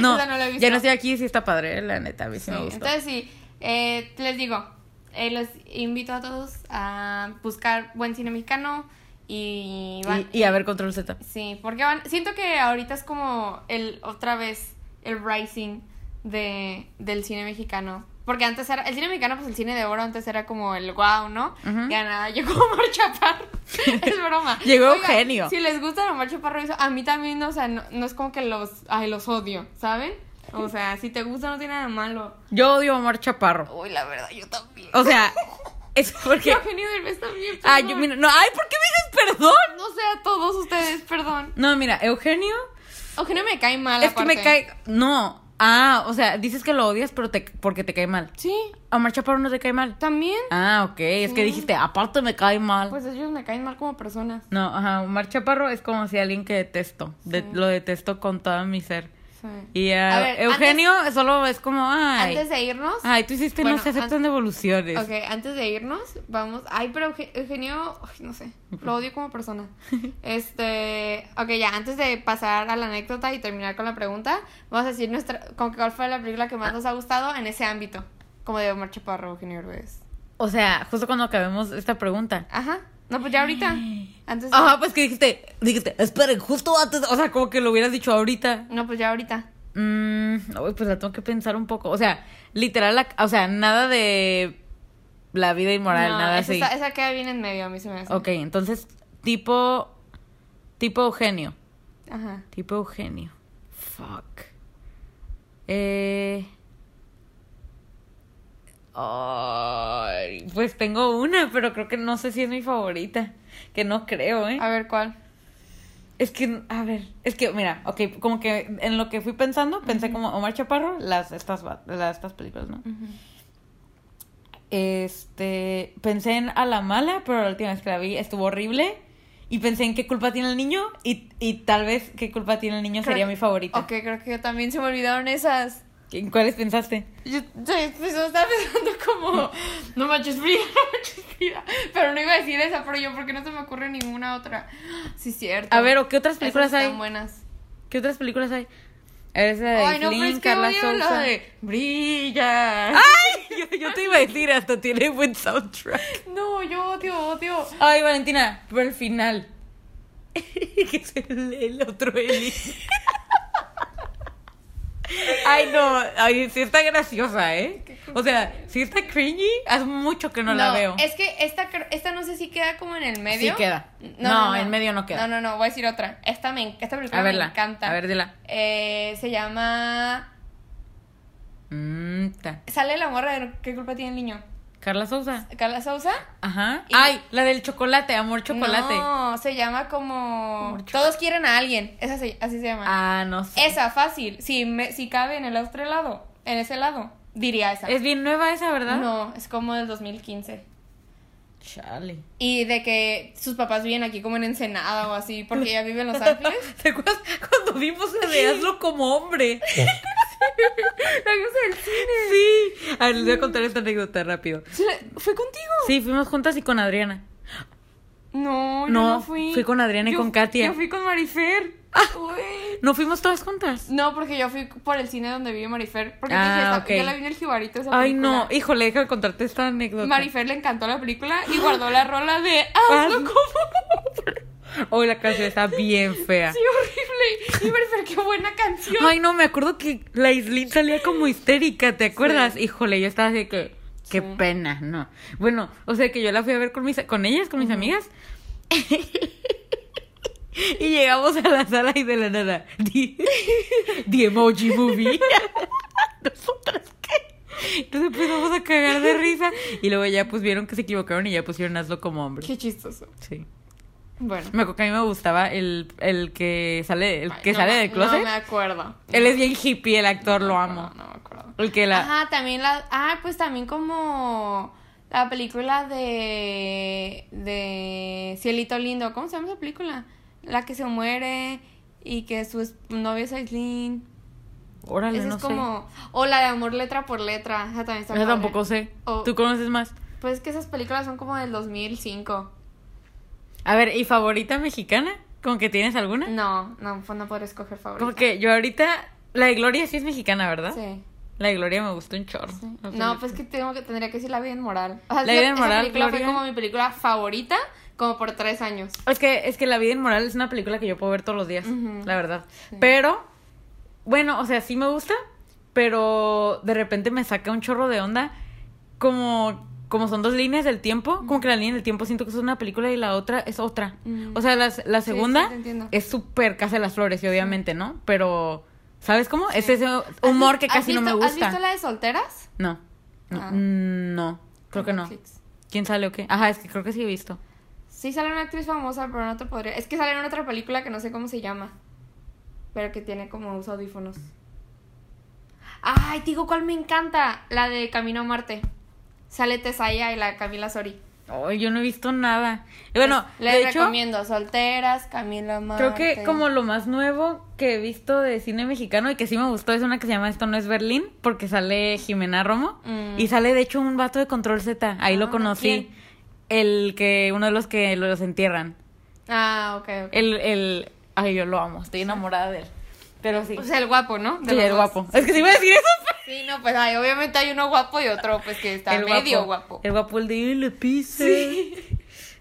Speaker 2: no,
Speaker 1: Esa no la he visto.
Speaker 2: Ya no estoy aquí, sí está padre, eh, la neta, a mí sí,
Speaker 1: Sí,
Speaker 2: me gustó.
Speaker 1: entonces sí, eh, les digo, eh, los invito a todos a buscar buen cine mexicano y van...
Speaker 2: y, y a ver Control Z.
Speaker 1: Sí, porque van... Siento que ahorita es como el otra vez el rising de, del cine mexicano. Porque antes era... El cine mexicano, pues el cine de oro antes era como el wow, ¿no?
Speaker 2: Ujú.
Speaker 1: Y a nada, llegó Omar Chaparro. es broma.
Speaker 2: Llegó Eugenio.
Speaker 1: Si les gusta Omar Chaparro, eso, a mí también, o sea, no, no es como que los... Ay, los odio, ¿saben? O sea, si te gusta no tiene nada de malo.
Speaker 2: Yo odio a Omar Chaparro.
Speaker 1: Uy, la verdad, yo también.
Speaker 2: O sea, es porque.
Speaker 1: Eugenio Derbez también.
Speaker 2: Ah,
Speaker 1: perdón.
Speaker 2: yo mira. No, ay, ¿por qué me dices perdón?
Speaker 1: No sé a todos ustedes, perdón.
Speaker 2: No, mira, Eugenio.
Speaker 1: Eugenio me cae mal.
Speaker 2: Es que me
Speaker 1: aparte.
Speaker 2: cae. No. Ah, o sea, dices que lo odias pero te, porque te cae mal.
Speaker 1: Sí,
Speaker 2: A Omar Chaparro no te cae mal.
Speaker 1: también.
Speaker 2: Ah, ok. Es que
Speaker 1: Sí.
Speaker 2: dijiste, aparte me cae mal.
Speaker 1: Pues ellos me caen mal como personas.
Speaker 2: No, ajá. Omar Chaparro es como si alguien que detesto. De-
Speaker 1: Sí.
Speaker 2: Lo detesto con todo mi ser.
Speaker 1: Sí.
Speaker 2: Y ah,
Speaker 1: A ver,
Speaker 2: Eugenio solo es como, ay. Ah, pues.
Speaker 1: Antes de irnos.
Speaker 2: Ay, tú hiciste,
Speaker 1: Bueno,
Speaker 2: no se aceptan devoluciones.
Speaker 1: Ok, antes de irnos, vamos. Ay, pero Euge- Eugenio, ay, no sé, lo odio como persona. Este, ok, ya, antes de pasar a la anécdota y terminar con la pregunta, vamos a decir nuestra, como que cuál fue la película que más nos ha gustado en ese ámbito, como de Omar Chaparro, Eugenio Derbez.
Speaker 2: O sea, justo cuando acabemos esta pregunta.
Speaker 1: Ajá, no, pues ya ahorita, antes de-
Speaker 2: Ajá, pues que dijiste, dijiste, esperen, justo antes, o sea, como que lo hubieras dicho ahorita.
Speaker 1: No, pues ya ahorita.
Speaker 2: Mm, uy, pues la tengo que pensar un poco. O sea, literal, la- o sea, nada de la vida inmoral,
Speaker 1: No,
Speaker 2: nada
Speaker 1: esa,
Speaker 2: así.
Speaker 1: está- esa queda bien en medio, a mí se me hace.
Speaker 2: Ok, entonces, tipo, tipo Eugenio.
Speaker 1: Ajá.
Speaker 2: Tipo Eugenio. Fuck. Eh... Ay, pues tengo una, pero creo que no sé si es mi favorita. Que no creo, ¿eh?
Speaker 1: A ver, ¿cuál?
Speaker 2: Es que, a ver, es que, mira, ok, como que en lo que fui pensando, pensé como Omar Chaparro, las, estas, va- las, estas películas, ¿no? Este, pensé en A la Mala, pero la última vez que la vi estuvo horrible. Y pensé en qué culpa tiene el niño y, y tal vez qué culpa tiene el niño
Speaker 1: Creo
Speaker 2: sería
Speaker 1: que-
Speaker 2: mi favorita.
Speaker 1: Ok, creo que yo también se me olvidaron esas.
Speaker 2: ¿En cuáles pensaste?
Speaker 1: Yo te- pues, yo estaba pensando como, no manches fría, no manches fría. Pero no iba a decir esa, pero yo, porque no se me ocurre ninguna otra. Sí, cierto.
Speaker 2: A ver, ¿o qué otras
Speaker 1: Esas
Speaker 2: películas hay?
Speaker 1: están buenas.
Speaker 2: ¿Qué otras películas hay? Esa de
Speaker 1: Ay, no, pero
Speaker 2: Flynn,
Speaker 1: es que
Speaker 2: Carla
Speaker 1: odio la
Speaker 2: Sousa.
Speaker 1: de Brilla.
Speaker 2: ¡Ay! Yo, yo te iba a decir, hasta tiene buen soundtrack.
Speaker 1: No, yo odio, odio.
Speaker 2: Ay, Valentina, por el final. que es el, el otro Eli. Ay, no. Ay, sí está graciosa, ¿eh? O sea, sí está cringy. Hace mucho que no, la veo.
Speaker 1: Es que esta, cre- esta no sé si queda como en el medio.
Speaker 2: Sí queda. No, en medio no queda.
Speaker 1: No, no, no, voy a decir otra. Esta, me, en- esta película
Speaker 2: a verla.
Speaker 1: me encanta.
Speaker 2: A ver, dila.
Speaker 1: Eh, se llama.
Speaker 2: Mm, ta.
Speaker 1: Sale la morra de ¿Qué culpa tiene el niño?
Speaker 2: Carla Sousa.
Speaker 1: ¿Carla Sousa?
Speaker 2: Ajá.
Speaker 1: Y-
Speaker 2: Ay, la del chocolate, amor chocolate.
Speaker 1: No, se llama como.
Speaker 2: Mucho.
Speaker 1: Todos quieren a alguien. Esa se- así se llama.
Speaker 2: Ah, no sé.
Speaker 1: Esa, fácil. Si, me, si cabe en el otro lado, en ese lado, diría esa.
Speaker 2: Es bien nueva esa, ¿verdad?
Speaker 1: No, es como del 2015.
Speaker 2: Chale.
Speaker 1: Y de que sus papás viven aquí como en Ensenada o así, porque ella vive en Los Ángeles.
Speaker 2: ¿Te acuerdas cuando vimos la de Hazlo como hombre?
Speaker 1: La vimos en el cine.
Speaker 2: Sí. A ver, les voy a contar esta anécdota rápido.
Speaker 1: Sí, la- ¿Fue contigo?
Speaker 2: Sí, fuimos juntas y con Adriana.
Speaker 1: No, yo no,
Speaker 2: No,
Speaker 1: fui.
Speaker 2: fui con Adriana y
Speaker 1: Yo-
Speaker 2: con Katia. Ah.
Speaker 1: Yo fui con Marifer. Uy.
Speaker 2: ¿No fuimos todas juntas?
Speaker 1: No, porque yo fui por el cine donde vive Marifer. Porque
Speaker 2: Ah,
Speaker 1: dije, esta-
Speaker 2: ok.
Speaker 1: yo la vi en el jibarito esa
Speaker 2: Ay,
Speaker 1: película.
Speaker 2: no. Híjole, deja de contarte esta anécdota.
Speaker 1: Marifer le encantó la película y guardó la rola de
Speaker 2: Ah,
Speaker 1: Hazlo
Speaker 2: no.
Speaker 1: como
Speaker 2: Hoy la canción está bien fea.
Speaker 1: Sí, horrible. Y Marifer, qué buena canción.
Speaker 2: Ay, no, me acuerdo que la Islín salía como histérica, ¿te acuerdas? Híjole, yo estaba así de que, qué
Speaker 1: Sí.
Speaker 2: pena, no. Bueno, o sea que yo la fui a ver con mis, con ellas, con mis amigas. y llegamos a la sala y de la nada, the, the emoji movie. ¿Nosotras qué? Nos empezamos a cagar de risa. Y luego ya pues vieron que se equivocaron y ya pusieron hazlo como hombre.
Speaker 1: Qué chistoso.
Speaker 2: Sí.
Speaker 1: Bueno.
Speaker 2: Me acuerdo que a mí me gustaba el, el que sale, el que
Speaker 1: No
Speaker 2: sale
Speaker 1: me-
Speaker 2: del closet.
Speaker 1: No me acuerdo.
Speaker 2: Él es bien hippie, el actor,
Speaker 1: No me
Speaker 2: lo
Speaker 1: acuerdo,
Speaker 2: amo.
Speaker 1: No me acuerdo.
Speaker 2: El que la.
Speaker 1: Ajá, también la. Ah, pues también como la película de. de Cielito Lindo. ¿Cómo se llama esa película? La que se muere y que su es- novio es Aislinn.
Speaker 2: Órale,
Speaker 1: Esa
Speaker 2: no
Speaker 1: es
Speaker 2: sé.
Speaker 1: como. O la de amor letra por letra. Esa también está
Speaker 2: Yo
Speaker 1: padre.
Speaker 2: tampoco sé.
Speaker 1: O-
Speaker 2: ¿Tú conoces más?
Speaker 1: Pues es que esas películas son como del 2005.
Speaker 2: A ver, ¿y favorita mexicana? ¿Con que tienes alguna?
Speaker 1: No, no, pues no podré escoger favorita.
Speaker 2: Como que yo ahorita. La de Gloria sí es mexicana, ¿verdad?
Speaker 1: Sí.
Speaker 2: La de Gloria me gustó un chorro.
Speaker 1: sí.
Speaker 2: sé
Speaker 1: No,
Speaker 2: si-
Speaker 1: pues que tengo que tendría que decir La vida en moral. O sea,
Speaker 2: La
Speaker 1: esa-
Speaker 2: vida en
Speaker 1: esa
Speaker 2: moral,
Speaker 1: película
Speaker 2: Gloria.
Speaker 1: fue como mi película favorita, como por tres años.
Speaker 2: Es que, es que La vida inmoral es una película que yo puedo ver todos los días,
Speaker 1: Ujú.
Speaker 2: la verdad. Pero, bueno, o sea, sí me gusta, pero de repente me saca un chorro de onda. Como, como son dos líneas del tiempo, como que la línea del tiempo siento que es una película y la otra es otra.
Speaker 1: Mm.
Speaker 2: O sea, la, la
Speaker 1: Sí,
Speaker 2: segunda
Speaker 1: sí, te entiendo.
Speaker 2: es súper Casa de las Flores, y obviamente, ¿no? Pero, ¿sabes cómo? Es ese humor que
Speaker 1: ¿Has
Speaker 2: casi no me
Speaker 1: visto-
Speaker 2: gusta.
Speaker 1: ¿Has visto la de solteras?
Speaker 2: No, no, mm,
Speaker 1: Ah.
Speaker 2: no, creo que no.
Speaker 1: Netflix.
Speaker 2: ¿Quién sale o qué? Ajá, es que creo que sí he visto.
Speaker 1: Sí, sale una actriz famosa, pero no te podría. Es que sale en otra película que no sé cómo se llama. Pero que tiene como unos audífonos. Ay, te digo cuál me encanta. La de Camino a Marte. Sale Tesaya y la Camila Sori.
Speaker 2: Ay, yo no he visto nada. Y Bueno,
Speaker 1: Pues, Les
Speaker 2: de hecho,
Speaker 1: recomiendo solteras, Camila Marte.
Speaker 2: creo que como lo más nuevo que he visto de cine mexicano y que sí me gustó es una que se llama Esto no es Berlín, porque sale Jimena Romo
Speaker 1: Mm.
Speaker 2: y sale de hecho un vato de Control Z, ahí
Speaker 1: Ah,
Speaker 2: lo conocí.
Speaker 1: ¿quién?
Speaker 2: El que uno de los que los entierran.
Speaker 1: Ah, ok, ok.
Speaker 2: El el ay, yo lo amo, estoy enamorada de él. Pero sí.
Speaker 1: O sea, pues el guapo, ¿no? De
Speaker 2: Sí,
Speaker 1: los
Speaker 2: el
Speaker 1: dos.
Speaker 2: guapo. Es que si iba a decir eso.
Speaker 1: Sí, no, pues ay, obviamente hay uno guapo y otro, pues que está medio guapo.
Speaker 2: El guapo el de le pise.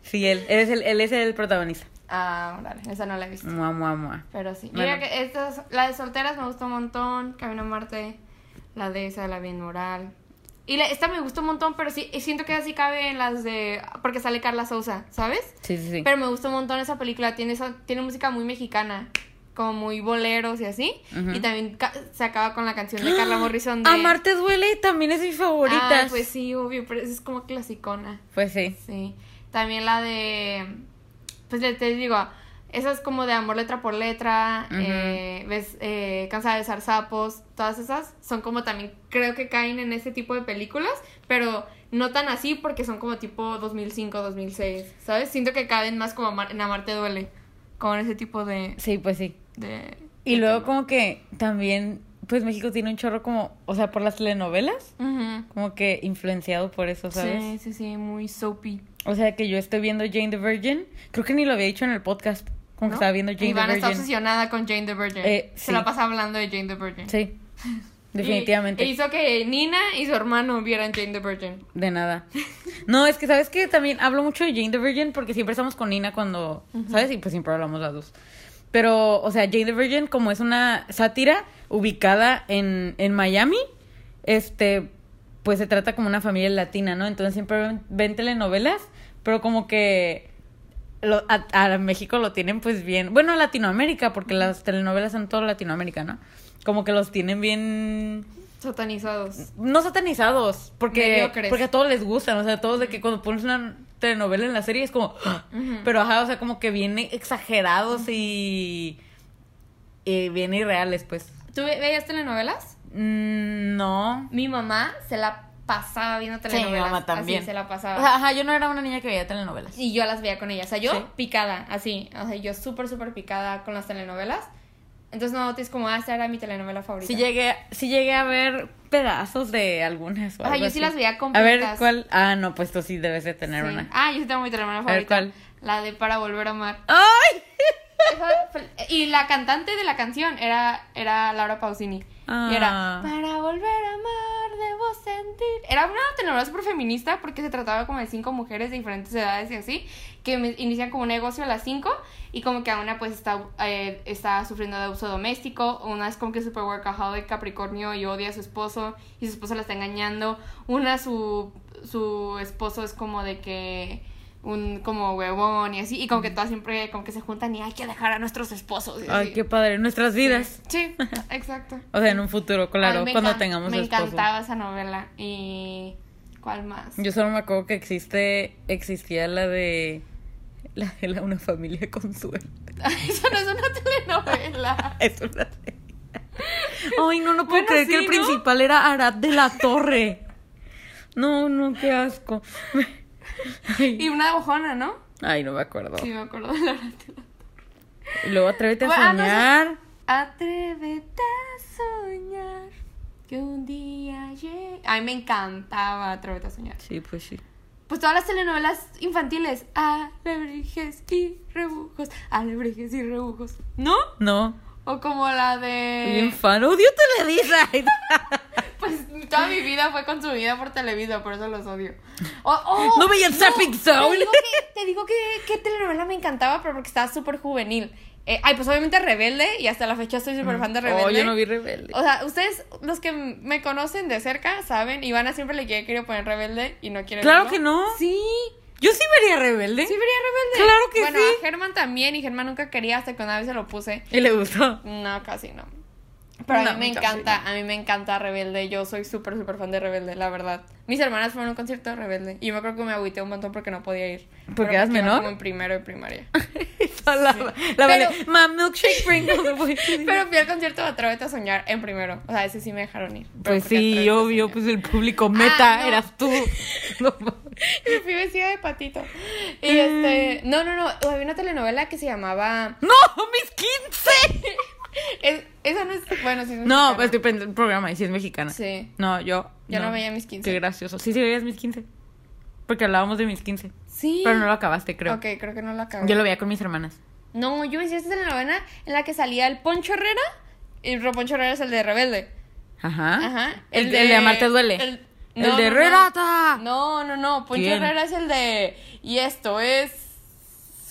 Speaker 2: Sí. él, él es el él es el protagonista.
Speaker 1: Ah, órale, esa no la he visto.
Speaker 2: Mua, mua, mua.
Speaker 1: Pero sí.
Speaker 2: Bueno.
Speaker 1: Mira que estas, la de solteras me gustó un montón, Camino a Marte, la de esa, la bien moral. Y la- esta me gustó un montón, pero sí, y siento que así cabe en las de... Porque sale Carla Sousa, ¿sabes?
Speaker 2: Sí, sí, sí.
Speaker 1: Pero me gustó un montón esa película, tiene, esa- tiene música muy mexicana, como muy boleros y así.
Speaker 2: Ujú.
Speaker 1: Y también ca- se acaba con la canción de Carla Morrison de...
Speaker 2: Amarte duele también es mi favorita.
Speaker 1: Ah, pues sí, obvio, pero esa es como clasicona.
Speaker 2: Pues sí.
Speaker 1: Sí. También la de. Pues le- te digo, esa es como de amor letra por letra.
Speaker 2: Ujú.
Speaker 1: eh, ves, eh, cansada de besar sapos. Todas esas son como también. Creo que caen en ese tipo de películas. Pero no tan así porque son como tipo 2005, 2006. ¿Sabes? Siento que caben más como amar- en Amarte Duele. Como en ese tipo de.
Speaker 2: Sí, pues sí.
Speaker 1: de-
Speaker 2: Y
Speaker 1: de
Speaker 2: luego
Speaker 1: tema.
Speaker 2: como que también, pues México tiene un chorro como, o sea, por las telenovelas,
Speaker 1: Ujú.
Speaker 2: como que influenciado por eso, ¿sabes?
Speaker 1: Sí, sí, sí, muy soapy.
Speaker 2: O sea, que yo estoy viendo Jane the Virgin, creo que ni lo había dicho en el podcast, como
Speaker 1: ¿no?
Speaker 2: que estaba viendo Jane
Speaker 1: Ivana
Speaker 2: the
Speaker 1: está
Speaker 2: Virgin.
Speaker 1: obsesionada con Jane the Virgin.
Speaker 2: Eh,
Speaker 1: Se
Speaker 2: sí.
Speaker 1: la pasa hablando de Jane the Virgin.
Speaker 2: Sí, definitivamente.
Speaker 1: Y- hizo que Nina y su hermano vieran Jane the Virgin.
Speaker 2: De nada. No, es que sabes que también hablo mucho de Jane the Virgin porque siempre estamos con Nina cuando, ¿sabes? Y pues siempre hablamos las dos. Pero, o sea, Jane the Virgin como es una sátira ubicada en, en Miami, este, pues se trata como una familia latina, ¿no? Entonces siempre ven, ven telenovelas, pero como que lo- a, a México lo tienen pues bien, bueno, Latinoamérica, porque las telenovelas son todo Latinoamérica, ¿no? Como que los tienen bien
Speaker 1: Satanizados.
Speaker 2: no satanizados, porque,
Speaker 1: Mediocres.
Speaker 2: porque a todos les gustan, o sea, a todos de que cuando pones una telenovela en la serie es como, ¡ah!
Speaker 1: Ujú.
Speaker 2: pero ajá, o sea, como que bien exagerados y, y bien irreales, pues.
Speaker 1: ¿Tú ve- veías telenovelas?
Speaker 2: Mm, No.
Speaker 1: Mi mamá se la pasaba viendo telenovelas.
Speaker 2: mi mamá también.
Speaker 1: Así se la
Speaker 2: O
Speaker 1: pasaba.
Speaker 2: sea, ajá, yo no era una niña que veía telenovelas.
Speaker 1: y yo las veía con ella. O sea, yo
Speaker 2: Sí.
Speaker 1: picada, así. O sea, yo súper, súper picada con las telenovelas. Entonces no notes como, ah, esa era mi telenovela favorita.
Speaker 2: Sí llegué, sí llegué a ver pedazos de algunas. o
Speaker 1: O sea,
Speaker 2: algo
Speaker 1: yo sí
Speaker 2: así.
Speaker 1: las veía
Speaker 2: A ver,
Speaker 1: completas.
Speaker 2: ¿cuál? Ah, no, pues tú sí debes de tener
Speaker 1: Sí.
Speaker 2: una.
Speaker 1: Ah, yo sí tengo mi telenovela
Speaker 2: ver,
Speaker 1: favorita.
Speaker 2: ¿cuál?
Speaker 1: La de Para Volver a Amar.
Speaker 2: ¡Ay!
Speaker 1: Esa fue- Y la cantante de la canción era, era Laura Pausini. Y era
Speaker 2: Ah.
Speaker 1: Para volver a amar, debo sentir. Era una telenovela súper feminista porque se trataba como de cinco mujeres de diferentes edades y así, que me- inician como un negocio a las cinco y como que a una pues está, eh, está sufriendo de abuso doméstico, una es como que súper workaholic, capricornio y odia a su esposo y su esposo la está engañando, una su, su esposo es como de que un como huevón y así, y como que todas siempre como que se juntan y hay que dejar a nuestros esposos. y
Speaker 2: Ay,
Speaker 1: así.
Speaker 2: qué padre, nuestras vidas.
Speaker 1: Sí, exacto.
Speaker 2: O sea, en un futuro, claro,
Speaker 1: Ay, me
Speaker 2: cuando
Speaker 1: encan-
Speaker 2: tengamos
Speaker 1: Me
Speaker 2: esposo.
Speaker 1: encantaba esa novela. ¿Y cuál más?
Speaker 2: Yo solo me acuerdo que existe, existía la de la de la- una familia con suerte.
Speaker 1: Eso no es una telenovela.
Speaker 2: Es una serie. Ay, no, no puedo
Speaker 1: Bueno,
Speaker 2: creer que
Speaker 1: sí,
Speaker 2: el
Speaker 1: ¿no?
Speaker 2: principal era Arad de la Torre. No, no, qué asco. Ay,
Speaker 1: Y una bojona, ¿no?
Speaker 2: Ay, no me acuerdo.
Speaker 1: Sí, me acuerdo de la telenovela.
Speaker 2: Y Luego atrévete a
Speaker 1: Bueno, ah, no,
Speaker 2: soñar.
Speaker 1: Atrévete a soñar que un día llegue. Ay, me encantaba Atrévete a soñar.
Speaker 2: Sí, pues sí.
Speaker 1: Pues todas las telenovelas infantiles. Alebrijes y rebujos. Alebrijes y rebujos. ¿No?
Speaker 2: No.
Speaker 1: O como la de.
Speaker 2: Bien fan. Odio Televisa.
Speaker 1: Pues toda mi vida fue consumida por Televisa, por eso los odio. Oh, oh,
Speaker 2: No veía Zapping Zone.
Speaker 1: Te digo, que, te digo que- que telenovela me encantaba, pero porque estaba súper juvenil. Eh, ay, pues obviamente Rebelde, y hasta la fecha soy súper fan de Rebelde.
Speaker 2: Oh, yo no vi Rebelde.
Speaker 1: O sea, ustedes, los que m- me conocen de cerca, saben, Ivana siempre le quiere, quiere poner Rebelde y no quiere
Speaker 2: Claro
Speaker 1: verlo.
Speaker 2: que no.
Speaker 1: Sí,
Speaker 2: Yo sí vería Rebelde.
Speaker 1: sí vería Rebelde.
Speaker 2: Claro que
Speaker 1: bueno,
Speaker 2: sí.
Speaker 1: a Germán también, y Germán nunca quería hasta que una vez se lo puse.
Speaker 2: Y le gustó.
Speaker 1: No, casi no. Pero
Speaker 2: No,
Speaker 1: a mí me
Speaker 2: casi
Speaker 1: encanta, a mí me encanta Rebelde. Yo soy súper, súper fan de Rebelde, la verdad. Mis hermanas fueron a un concierto de Rebelde y yo me acuerdo que me agüité un montón porque no podía ir.
Speaker 2: ¿Porque
Speaker 1: Pero
Speaker 2: eras
Speaker 1: iba
Speaker 2: menor?
Speaker 1: Como en primero de primaria.
Speaker 2: La, la vale.
Speaker 1: Pero-
Speaker 2: Ma, milkshake Pringles. güey.
Speaker 1: Pero fui al concierto de Atrévete a Soñar en primero. O sea, ese sí me dejaron ir. pero
Speaker 2: pues
Speaker 1: porque
Speaker 2: sí,
Speaker 1: Atrévete a
Speaker 2: yo, yo,
Speaker 1: Soñar.
Speaker 2: pues el público meta
Speaker 1: Ah, no.
Speaker 2: eras tú. No, mames.
Speaker 1: Y me fui vestida de patito. Y este.
Speaker 2: Mm.
Speaker 1: No, no, no. Había una telenovela que se llamaba.
Speaker 2: ¡No, mis 15.
Speaker 1: es- esa no es. Bueno, sí. es
Speaker 2: No,
Speaker 1: mexicana.
Speaker 2: pues estoy pensando en el programa y si es mexicana.
Speaker 1: Sí.
Speaker 2: No, yo.
Speaker 1: Yo no veía mis 15.
Speaker 2: Qué gracioso. Sí, sí veías mis 15. Porque hablábamos de mis 15.
Speaker 1: Sí.
Speaker 2: Pero no lo acabaste, creo.
Speaker 1: Ok, creo que no la acabé.
Speaker 2: Yo lo veía con mis hermanas.
Speaker 1: No, yo me hice esta telenovela en la que salía el Poncho Herrera. Y el Poncho Herrera es el de Rebelde.
Speaker 2: Ajá.
Speaker 1: Ajá.
Speaker 2: Ah, El, el de, Amarte Duele.
Speaker 1: El,
Speaker 2: El,
Speaker 1: no,
Speaker 2: de
Speaker 1: no, no.
Speaker 2: Renata.
Speaker 1: No, no, no. Poncho
Speaker 2: ¿Quién?
Speaker 1: Herrera es el de. Y esto es.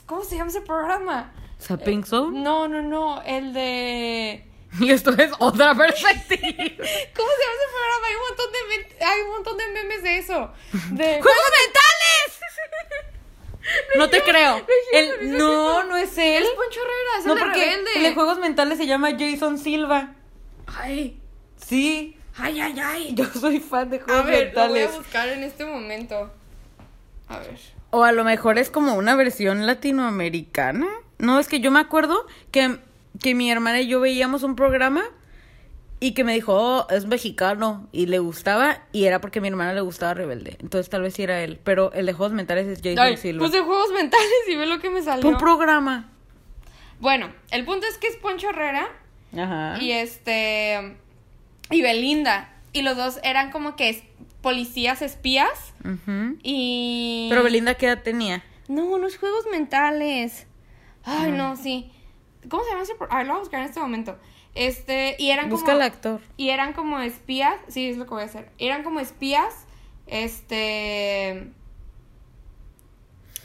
Speaker 1: ¿Cómo se llama ese programa?
Speaker 2: ¿Zapping Zone?
Speaker 1: No, no, no. El de.
Speaker 2: Y esto es otra perspectiva.
Speaker 1: ¿Cómo se llama ese programa? Hay un montón de, men- hay un montón de memes de eso. De.
Speaker 2: ¡Juegos mentales! No te creo.
Speaker 1: dijimos,
Speaker 2: El-
Speaker 1: no es
Speaker 2: no,
Speaker 1: eso.
Speaker 2: no es él.
Speaker 1: Es Poncho Herrera, es
Speaker 2: No,
Speaker 1: el de
Speaker 2: porque
Speaker 1: Rebelde.
Speaker 2: el de juegos mentales se llama Jason Silva.
Speaker 1: Ay,
Speaker 2: Sí,
Speaker 1: ay, ay, ay.
Speaker 2: yo soy fan de
Speaker 1: A
Speaker 2: juegos
Speaker 1: ver, lo voy a
Speaker 2: mentales.
Speaker 1: buscar en este momento. A ver.
Speaker 2: O a lo mejor es como una versión latinoamericana. No, es que yo me acuerdo que, que mi hermana y yo veíamos un programa y que me dijo, oh, es mexicano y le gustaba y era porque a mi hermana le gustaba Rebelde. Entonces tal vez sí era él, pero el de Juegos Mentales es Jason
Speaker 1: Ay, pues
Speaker 2: Silva.
Speaker 1: puse juegos mentales y ve lo que me salió.
Speaker 2: Fue un programa.
Speaker 1: Bueno, el punto es que es Poncho Herrera
Speaker 2: Ajá.
Speaker 1: y este y Belinda y los dos eran como que es- policías espías
Speaker 2: Ujú.
Speaker 1: y
Speaker 2: Pero Belinda, ¿qué edad tenía?
Speaker 1: no, no es juegos mentales.
Speaker 2: Ah.
Speaker 1: Ay, no, sí. ¿Cómo se llama ese? pro- Ay, lo voy a buscar en este momento. Este, y eran
Speaker 2: Busca
Speaker 1: como
Speaker 2: al actor.
Speaker 1: y eran como espías, sí, es lo que voy a hacer. Eran como espías, este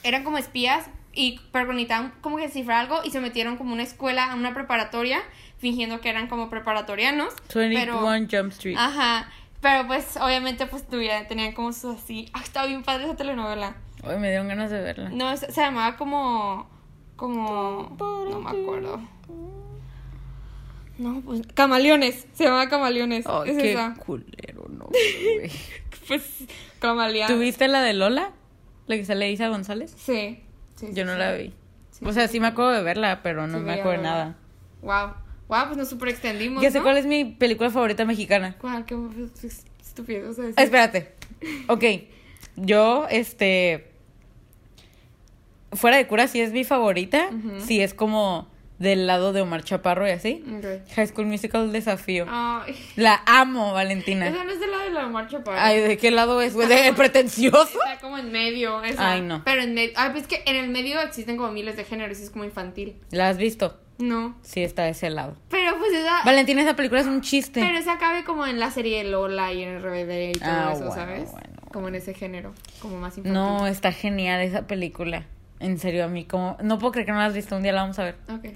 Speaker 1: eran como espías y pero necesitaban como que descifrar algo y se metieron como a una escuela, a una preparatoria, fingiendo que eran como preparatorianos,
Speaker 2: 21
Speaker 1: pero
Speaker 2: Jump Street.
Speaker 1: ajá, pero pues obviamente pues tuviera, tenían como sus así, ah, estaba bien padre esa telenovela.
Speaker 2: Ay, me dieron ganas de verla.
Speaker 1: No, se, se llamaba como. Como. No me acuerdo. No, pues. Camaleones. Se llamaba Camaleones.
Speaker 2: Ay,
Speaker 1: es
Speaker 2: qué
Speaker 1: esa.
Speaker 2: culero, no, güey.
Speaker 1: Pues. Camaleones.
Speaker 2: ¿Tuviste la de Lola? La que sale Isa González.
Speaker 1: Sí. sí, sí,
Speaker 2: Yo no
Speaker 1: sí.
Speaker 2: la vi.
Speaker 1: Sí,
Speaker 2: o sea, sí me acuerdo de verla, pero no
Speaker 1: Sí,
Speaker 2: me
Speaker 1: ya
Speaker 2: acuerdo
Speaker 1: no la-
Speaker 2: nada.
Speaker 1: Wow. Wow, pues nos super extendimos.
Speaker 2: Ya sé
Speaker 1: ¿no?
Speaker 2: cuál es mi película favorita mexicana.
Speaker 1: ¿Cuál? Qué pues, estupidez. O sea, sí.
Speaker 2: Ah, Espérate. Ok. Yo, este. Fuera de cura, sí es mi favorita.
Speaker 1: Ujú.
Speaker 2: Sí es como del lado de Omar Chaparro y así.
Speaker 1: Ok.
Speaker 2: High School Musical Desafío.
Speaker 1: Ay,
Speaker 2: La amo, Valentina.
Speaker 1: esa no es de la de la marcha para.
Speaker 2: Ay, ¿de qué lado es, güey? ¿De pretencioso?
Speaker 1: Está como en medio. esa.
Speaker 2: Ay, no.
Speaker 1: Pero en medio. Ay, pues es que en el medio existen como miles de géneros y es como infantil.
Speaker 2: ¿La has visto?
Speaker 1: No.
Speaker 2: Sí, está de ese lado.
Speaker 1: Pero pues esa.
Speaker 2: Valentina, esa película es un chiste.
Speaker 1: Pero se acabe como en la serie de Lola y en RBD y todo
Speaker 2: Ah,
Speaker 1: eso,
Speaker 2: bueno,
Speaker 1: ¿sabes?
Speaker 2: bueno.
Speaker 1: Como en ese género, como más infantil.
Speaker 2: No, está genial esa película. En serio, a mí como... No puedo creer que no la has visto. Un día la vamos a ver.
Speaker 1: Ok.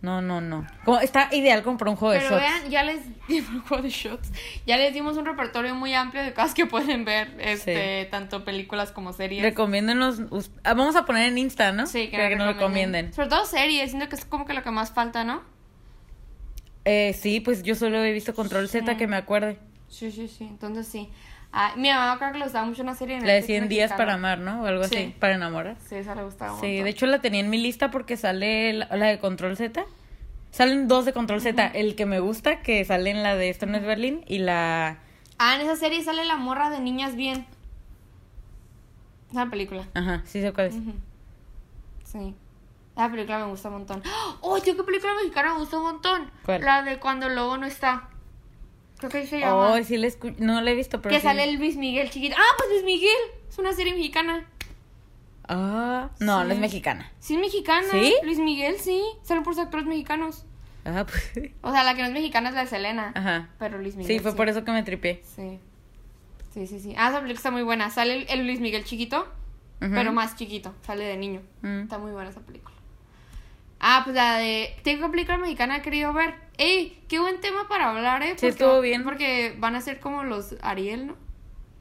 Speaker 2: No, no, no. Como- está ideal comprar un juego de
Speaker 1: Pero
Speaker 2: shots.
Speaker 1: vean, ya les juego de shots. Ya les dimos un repertorio muy amplio de cosas que pueden ver, este, tanto películas como series.
Speaker 2: Recomiéndenos. us- ah, Vamos a poner en Insta, ¿no?
Speaker 1: sí, que, nos
Speaker 2: Para que nos recomienden.
Speaker 1: Sobre todo series, siento que es como que lo que más falta, ¿no?
Speaker 2: Eh, sí, pues yo solo he visto Control Z que me acuerde.
Speaker 1: Sí, sí, sí. Entonces sí. Ah, mi mamá creo que les daba mucho una serie en
Speaker 2: La de
Speaker 1: Netflix
Speaker 2: 100 días
Speaker 1: mexicana.
Speaker 2: para amar, ¿no? O algo así,
Speaker 1: Sí.
Speaker 2: para enamorar.
Speaker 1: Sí, esa le gustaba. un
Speaker 2: Sí,
Speaker 1: montón.
Speaker 2: de hecho la tenía en mi lista porque sale la, la de Control Z. Salen dos de Control Z. El que me gusta, que sale en la de Esto no es Berlín, y la...
Speaker 1: Ah, en esa serie sale la morra de Niñas Bien. Es una película.
Speaker 2: Ajá, sí sé cuál es.
Speaker 1: Ujú. Sí. Esa película me gusta un montón. ¡Oh, tío, qué película mexicana me gusta un montón!
Speaker 2: ¿Cuál?
Speaker 1: La de Cuando el Lobo no está. Creo que ahí se llama.
Speaker 2: Oh, sí la escu- No la he visto, pero
Speaker 1: que
Speaker 2: sí.
Speaker 1: sale el Luis Miguel chiquito. ¡Ah, pues Luis Miguel! Es una serie mexicana.
Speaker 2: Ah, no, no es
Speaker 1: Sí.
Speaker 2: mexicana.
Speaker 1: Sí, es mexicana.
Speaker 2: ¿Sí?
Speaker 1: Luis Miguel, sí. Salen por sus actores mexicanos.
Speaker 2: Ah, pues...
Speaker 1: O sea, la que no es mexicana es la de Selena.
Speaker 2: Ajá.
Speaker 1: Pero Luis Miguel.
Speaker 2: Ah. Sí, fue por eso que me tripié.
Speaker 1: Sí. Sí, sí, sí. Ah, esa película está muy buena. Sale el, el Luis Miguel chiquito,
Speaker 2: Ujú.
Speaker 1: pero más chiquito. Sale de niño.
Speaker 2: Mm.
Speaker 1: Está muy buena esa película. Ah, pues la de. Tengo película mexicana, he querido ver. ¡Ey! Qué buen tema para hablar, ¿eh?
Speaker 2: Sí, estuvo bien.
Speaker 1: Porque van a ser como los Ariel, ¿no?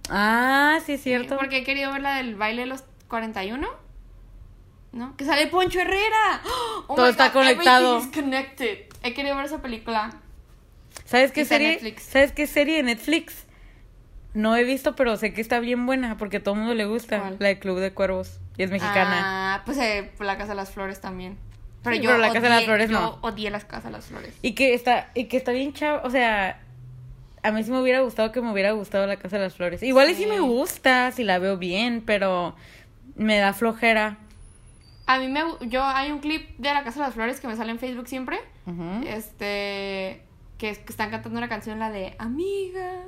Speaker 2: Ah, sí, es cierto.
Speaker 1: Porque he querido ver la del baile de los 41. ¿No? Que sale Poncho Herrera. ¡Oh,
Speaker 2: Todo
Speaker 1: my
Speaker 2: está
Speaker 1: God!
Speaker 2: conectado.
Speaker 1: Everything is connected. He querido ver esa película.
Speaker 2: ¿Sabes qué
Speaker 1: Está en
Speaker 2: serie?
Speaker 1: Netflix.
Speaker 2: ¿Sabes qué serie de Netflix? No he visto, pero sé que está bien buena porque a todo el mundo le gusta.
Speaker 1: ¿Cuál?
Speaker 2: La de Club de Cuervos. Y es mexicana.
Speaker 1: Ah, pues eh, por la Casa de las Flores también. Pero
Speaker 2: Sí,
Speaker 1: yo
Speaker 2: pero la Casa de las
Speaker 1: odié-
Speaker 2: Flores
Speaker 1: yo
Speaker 2: no.
Speaker 1: odié las Casas de las Flores.
Speaker 2: Y que está, y que está bien chava. O sea, a mí sí me hubiera gustado que me hubiera gustado la Casa de las Flores. Igual y sí
Speaker 1: Sí.
Speaker 2: me gusta, si la veo bien, pero me da flojera.
Speaker 1: A mí me gu- yo hay un clip de la Casa de las Flores que me sale en Facebook siempre,
Speaker 2: Ujú.
Speaker 1: este que, es- que están cantando una canción la de Amiga,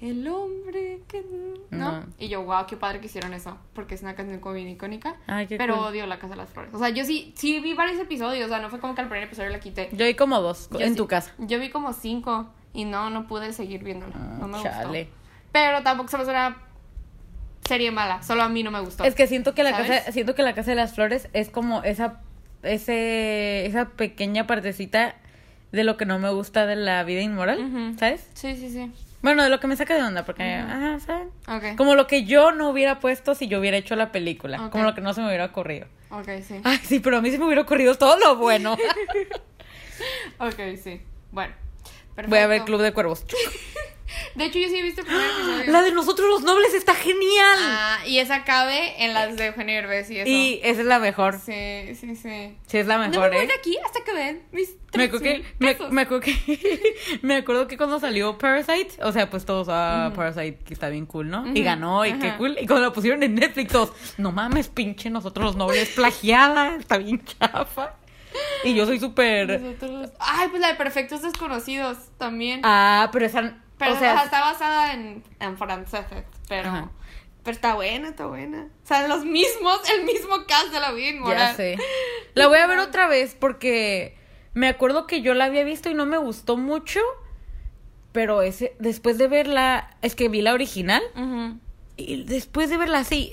Speaker 1: el hombre que no.
Speaker 2: No.
Speaker 1: Y yo, wow, qué padre que hicieron eso, porque es una canción como bien icónica.
Speaker 2: Ay, qué
Speaker 1: pero
Speaker 2: cool.
Speaker 1: odio la Casa de las Flores. O sea, yo sí sí vi varios episodios, o sea, no fue como que al primer episodio la quité.
Speaker 2: Yo hay como dos
Speaker 1: Yo
Speaker 2: en
Speaker 1: sí-
Speaker 2: tu casa.
Speaker 1: Yo vi como cinco y no, no pude seguir viéndola.
Speaker 2: Ah,
Speaker 1: no me
Speaker 2: chale.
Speaker 1: gustó. Pero tampoco se me hace una serie mala. Solo a mí no me gustó.
Speaker 2: Es que siento que la
Speaker 1: ¿Sabes?
Speaker 2: casa, siento que la casa de las flores es como esa, ese, esa pequeña partecita de lo que no me gusta de la vida inmoral,
Speaker 1: Ujú.
Speaker 2: ¿sabes?
Speaker 1: Sí, sí, sí.
Speaker 2: Bueno, de lo que me saca de onda, porque,
Speaker 1: Ujú.
Speaker 2: ajá, ¿saben?
Speaker 1: Ok.
Speaker 2: Como lo que yo no hubiera puesto si yo hubiera hecho la película,
Speaker 1: Ok.
Speaker 2: como lo que no se me hubiera ocurrido.
Speaker 1: Ok, sí.
Speaker 2: Ay, sí, pero a mí se me hubiera ocurrido todo lo bueno.
Speaker 1: Ok, sí. Bueno. Perfecto.
Speaker 2: Voy a ver Club de Cuervos.
Speaker 1: De hecho, yo sí he visto el primer episodio.
Speaker 2: La de nosotros los nobles está genial.
Speaker 1: Ah, y esa cabe en las de Eugenio Herbes y eso.
Speaker 2: y esa es la mejor.
Speaker 1: Sí, sí, sí.
Speaker 2: Sí, es la
Speaker 1: no me
Speaker 2: mejor,
Speaker 1: voy
Speaker 2: ¿eh?
Speaker 1: de aquí hasta que ven mis
Speaker 2: Me
Speaker 1: tres
Speaker 2: acuerdo, que,
Speaker 1: mil
Speaker 2: me,
Speaker 1: pesos.
Speaker 2: me acuerdo que- me acuerdo que cuando salió Parasite, o sea, pues todos, ah, Parasite, que está bien cool, ¿no? Y
Speaker 1: Ujú,
Speaker 2: ganó, y qué
Speaker 1: ajá.
Speaker 2: cool. Y cuando la pusieron en Netflix, todos, no mames, pinche, nosotros los nobles, plagiada, está bien chafa. Y yo soy súper...
Speaker 1: Nosotros- Ay, pues la de Perfectos Desconocidos también.
Speaker 2: Ah, pero esa...
Speaker 1: Pero
Speaker 2: o sea,
Speaker 1: ajá, está basada en, en franceses, pero,
Speaker 2: Ajá.
Speaker 1: pero está buena, está buena. O sea, los mismos, el mismo cast de la vida inmoral.
Speaker 2: Ya sé. La voy a ver otra vez porque me acuerdo que yo la había visto y no me gustó mucho. Pero ese, después de verla, es que vi la original
Speaker 1: Ujú.
Speaker 2: y después de verla así,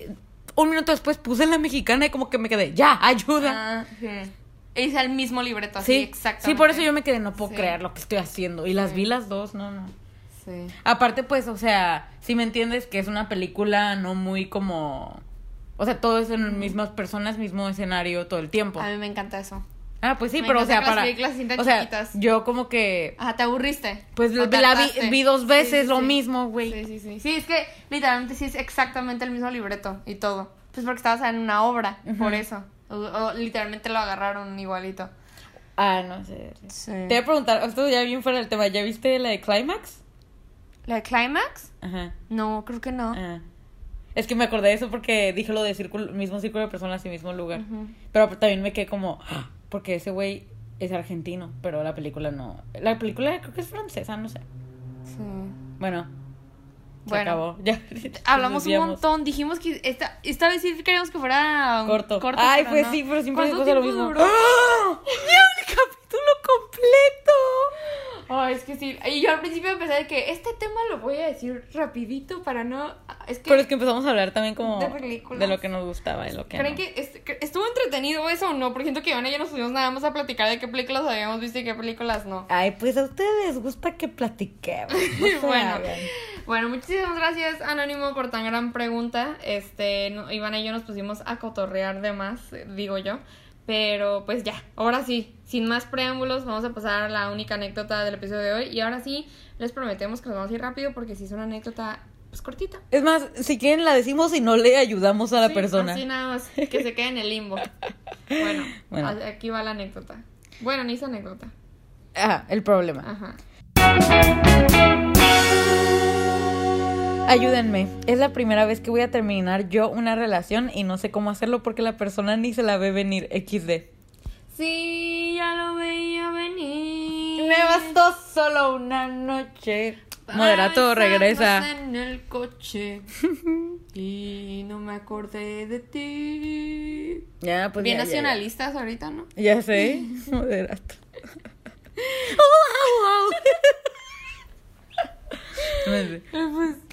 Speaker 2: un minuto después puse la mexicana y como que me quedé, ya, ayuda.
Speaker 1: Ah, sí. Hice el mismo libreto, así,
Speaker 2: sí,
Speaker 1: exactamente.
Speaker 2: sí, por eso yo me quedé, no puedo
Speaker 1: Sí.
Speaker 2: creer lo que estoy haciendo. Y las
Speaker 1: Sí.
Speaker 2: vi las dos, no, no.
Speaker 1: Sí.
Speaker 2: Aparte, pues, o sea, si me entiendes que es una película no muy como... O sea, todo es en mismas personas, mismo escenario todo el tiempo.
Speaker 1: A mí me encanta eso.
Speaker 2: Ah, pues sí,
Speaker 1: Me
Speaker 2: pero o
Speaker 1: encanta
Speaker 2: sea,
Speaker 1: que las
Speaker 2: para.
Speaker 1: películas se sientan
Speaker 2: o sea,
Speaker 1: chiquitas.
Speaker 2: yo como que.
Speaker 1: Ajá, Ah, ¿te aburriste?
Speaker 2: Pues
Speaker 1: ¿O te
Speaker 2: la vi,
Speaker 1: hartaste?
Speaker 2: vi dos veces
Speaker 1: Sí, sí,
Speaker 2: lo
Speaker 1: sí.
Speaker 2: mismo, güey.
Speaker 1: Sí, sí, sí. Sí, es que literalmente sí es exactamente el mismo libreto y todo. Pues porque estabas en una obra, por eso. O, o literalmente lo agarraron igualito.
Speaker 2: Ah, no sé.
Speaker 1: Sí.
Speaker 2: Te voy a preguntar, esto ya bien fuera del tema, ¿ya viste la de Climax?
Speaker 1: ¿La de Climax?
Speaker 2: Ajá.
Speaker 1: No, creo que no.
Speaker 2: Ah. Es que me acordé de eso porque dije lo de círculo, mismo círculo de personas y mismo lugar.
Speaker 1: Ujú.
Speaker 2: Pero también me quedé como, ¡ah! porque ese güey es argentino, pero la película no. La película creo que es francesa, no sé.
Speaker 1: Sí.
Speaker 2: Bueno, se
Speaker 1: Bueno.
Speaker 2: acabó. Ya.
Speaker 1: Hablamos un
Speaker 2: Desviamos.
Speaker 1: montón, dijimos que esta, esta vez sí queríamos que fuera um,
Speaker 2: Corto. Ay,
Speaker 1: pero
Speaker 2: pues
Speaker 1: no.
Speaker 2: sí, pero siempre
Speaker 1: ¿Cuánto
Speaker 2: pasa lo
Speaker 1: tiempo
Speaker 2: mismo.
Speaker 1: duró?
Speaker 2: ¡Ah! ¡Ya el capítulo completo!
Speaker 1: Ay, es que sí. Y yo al principio empecé de que este tema lo voy a decir rapidito para no... Es que
Speaker 2: Pero es que empezamos a hablar también como
Speaker 1: De
Speaker 2: de,
Speaker 1: películas.
Speaker 2: lo que nos gustaba, de lo que
Speaker 1: ¿Creen
Speaker 2: no.
Speaker 1: que est- que estuvo entretenido eso o no? Porque siento que Ivana y yo nos subimos nada más a platicar de qué películas habíamos visto y qué películas no.
Speaker 2: Ay, pues a ustedes les gusta que platiquemos.
Speaker 1: Bueno.
Speaker 2: bueno.
Speaker 1: Bueno, muchísimas gracias, Anónimo, por tan gran pregunta. Este, no- Ivana y yo nos pusimos a cotorrear de más, eh, digo yo. Pero pues ya, ahora sí, sin más preámbulos, vamos a pasar a la única anécdota del episodio de hoy. Y ahora sí, les prometemos que nos vamos a ir rápido porque si es una anécdota, pues cortita.
Speaker 2: Es más, si quieren la decimos y no le ayudamos a la
Speaker 1: Sí,
Speaker 2: persona.
Speaker 1: Así nada más, que se quede en el limbo. Bueno,
Speaker 2: Bueno.
Speaker 1: a- aquí va la anécdota. Bueno, ni es anécdota.
Speaker 2: Ajá, el problema.
Speaker 1: Ajá.
Speaker 2: Ayúdenme. Es la primera vez que voy a terminar yo una relación y no sé cómo hacerlo porque la persona ni se la ve venir. XD.
Speaker 1: Sí, ya lo veía venir.
Speaker 2: Me bastó solo una noche.
Speaker 1: Para
Speaker 2: Moderato,
Speaker 1: besarnos
Speaker 2: regresa.
Speaker 1: En el coche. y no me acordé de ti.
Speaker 2: Ya, pues.
Speaker 1: Bien
Speaker 2: ya, ya, ya.
Speaker 1: nacionalistas ahorita, ¿no?
Speaker 2: Ya sé, moderato. Oh,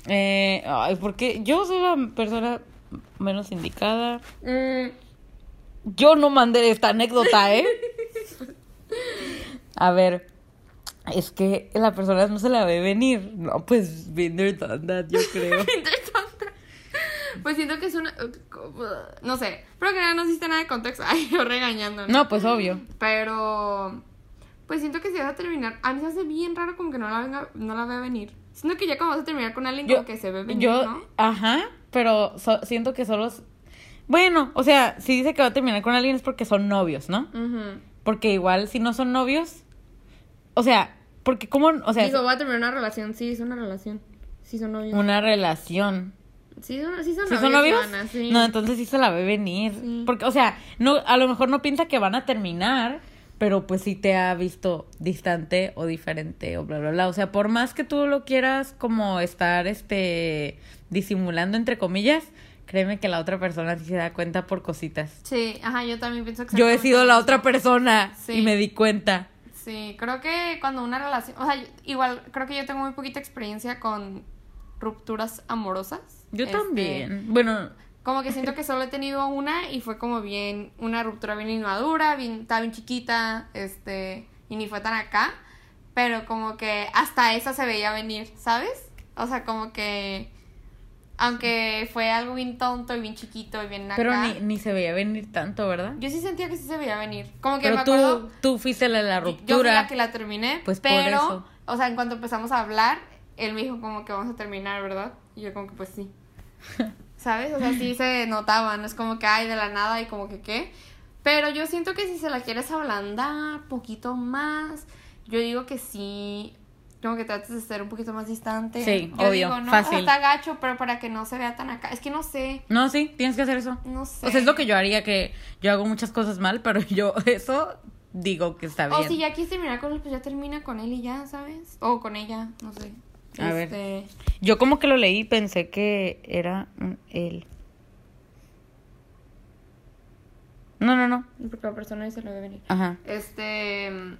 Speaker 2: Eh, ay, porque yo soy la persona menos indicada. Mm. Yo no mandé esta anécdota, ¿eh? A ver, es que la persona no se la ve venir. No, pues Binder Dondat, yo creo.
Speaker 1: Pues siento que es una. No sé. Pero que no hiciste nada de contexto. Ay, yo regañando.
Speaker 2: No, pues obvio.
Speaker 1: Pero. Pues siento que si vas a terminar. A mí se hace bien raro como que no la, venga, no la vea venir. Siento que ya cuando vas a terminar con alguien, como que se ve venir.
Speaker 2: yo-
Speaker 1: ¿no?
Speaker 2: ajá, pero so- siento que solo. es- Bueno, o sea, si dice que va a terminar con alguien es porque son novios, ¿no?
Speaker 1: Ujú.
Speaker 2: Porque igual si no son novios, o sea, porque como, o sea,
Speaker 1: Digo, va a terminar una relación. Sí, es una relación. Sí, son novios.
Speaker 2: una relación.
Speaker 1: Sí, son, sí son
Speaker 2: ¿Sí
Speaker 1: novios.
Speaker 2: son novios?
Speaker 1: Ivana, sí.
Speaker 2: No, entonces sí se la ve venir.
Speaker 1: Sí.
Speaker 2: Porque, o sea, no, a lo mejor no piensa que van a terminar, pero pues sí te ha visto distante o diferente o bla, bla, bla. O sea, por más que tú lo quieras como estar, este, disimulando, entre comillas, créeme que la otra persona sí se da cuenta por cositas.
Speaker 1: Sí, ajá, yo también pienso que...
Speaker 2: Yo he sido la otra persona
Speaker 1: Sí.
Speaker 2: y me di cuenta.
Speaker 1: Sí, creo que cuando una relación... O sea, yo- igual, creo que yo tengo muy poquita experiencia con rupturas amorosas.
Speaker 2: Yo
Speaker 1: Este,
Speaker 2: también. Bueno,
Speaker 1: Como que siento que solo he tenido una y fue como bien... Una ruptura bien inmadura, bien, estaba bien chiquita, este... Y ni fue tan acá. Pero como que hasta esa se veía venir, ¿sabes? O sea, como que... Aunque fue algo bien tonto y bien chiquito y bien acá.
Speaker 2: pero ni, ni se veía venir tanto, ¿verdad?
Speaker 1: Yo sí sentía que sí se veía venir. Como que me
Speaker 2: pero
Speaker 1: acuerdo.
Speaker 2: tú, tú fuiste la, de la
Speaker 1: Yo fui
Speaker 2: ruptura.
Speaker 1: la que la terminé.
Speaker 2: Pues por
Speaker 1: pero,
Speaker 2: eso.
Speaker 1: o sea, en cuanto empezamos a hablar, él me dijo como que vamos a terminar, ¿verdad? Y yo como que pues sí. ¿Sabes? O sea, sí se notaba, no es como que ay de la nada y como que qué. Pero yo siento que si se la quieres ablandar poquito más, yo digo que sí. Como que trates de ser un poquito más distante.
Speaker 2: Sí,
Speaker 1: Yo
Speaker 2: obvio,
Speaker 1: digo, no,
Speaker 2: fácil.
Speaker 1: o sea, está gacho, pero para que no se vea tan acá. Es que no sé,
Speaker 2: No, sí, tienes que hacer eso.
Speaker 1: no sé.
Speaker 2: O sea, es lo que yo haría, que yo hago muchas cosas mal, pero yo eso digo que está bien.
Speaker 1: O si Oh, ya quieres terminar con él, pues ya termina con él y ya, ¿sabes? O con ella, no sé.
Speaker 2: A ver.
Speaker 1: Este,
Speaker 2: Yo como que lo leí y pensé que era un él. No, no, no.
Speaker 1: Porque la persona dice lo debe venir.
Speaker 2: Ajá.
Speaker 1: Este.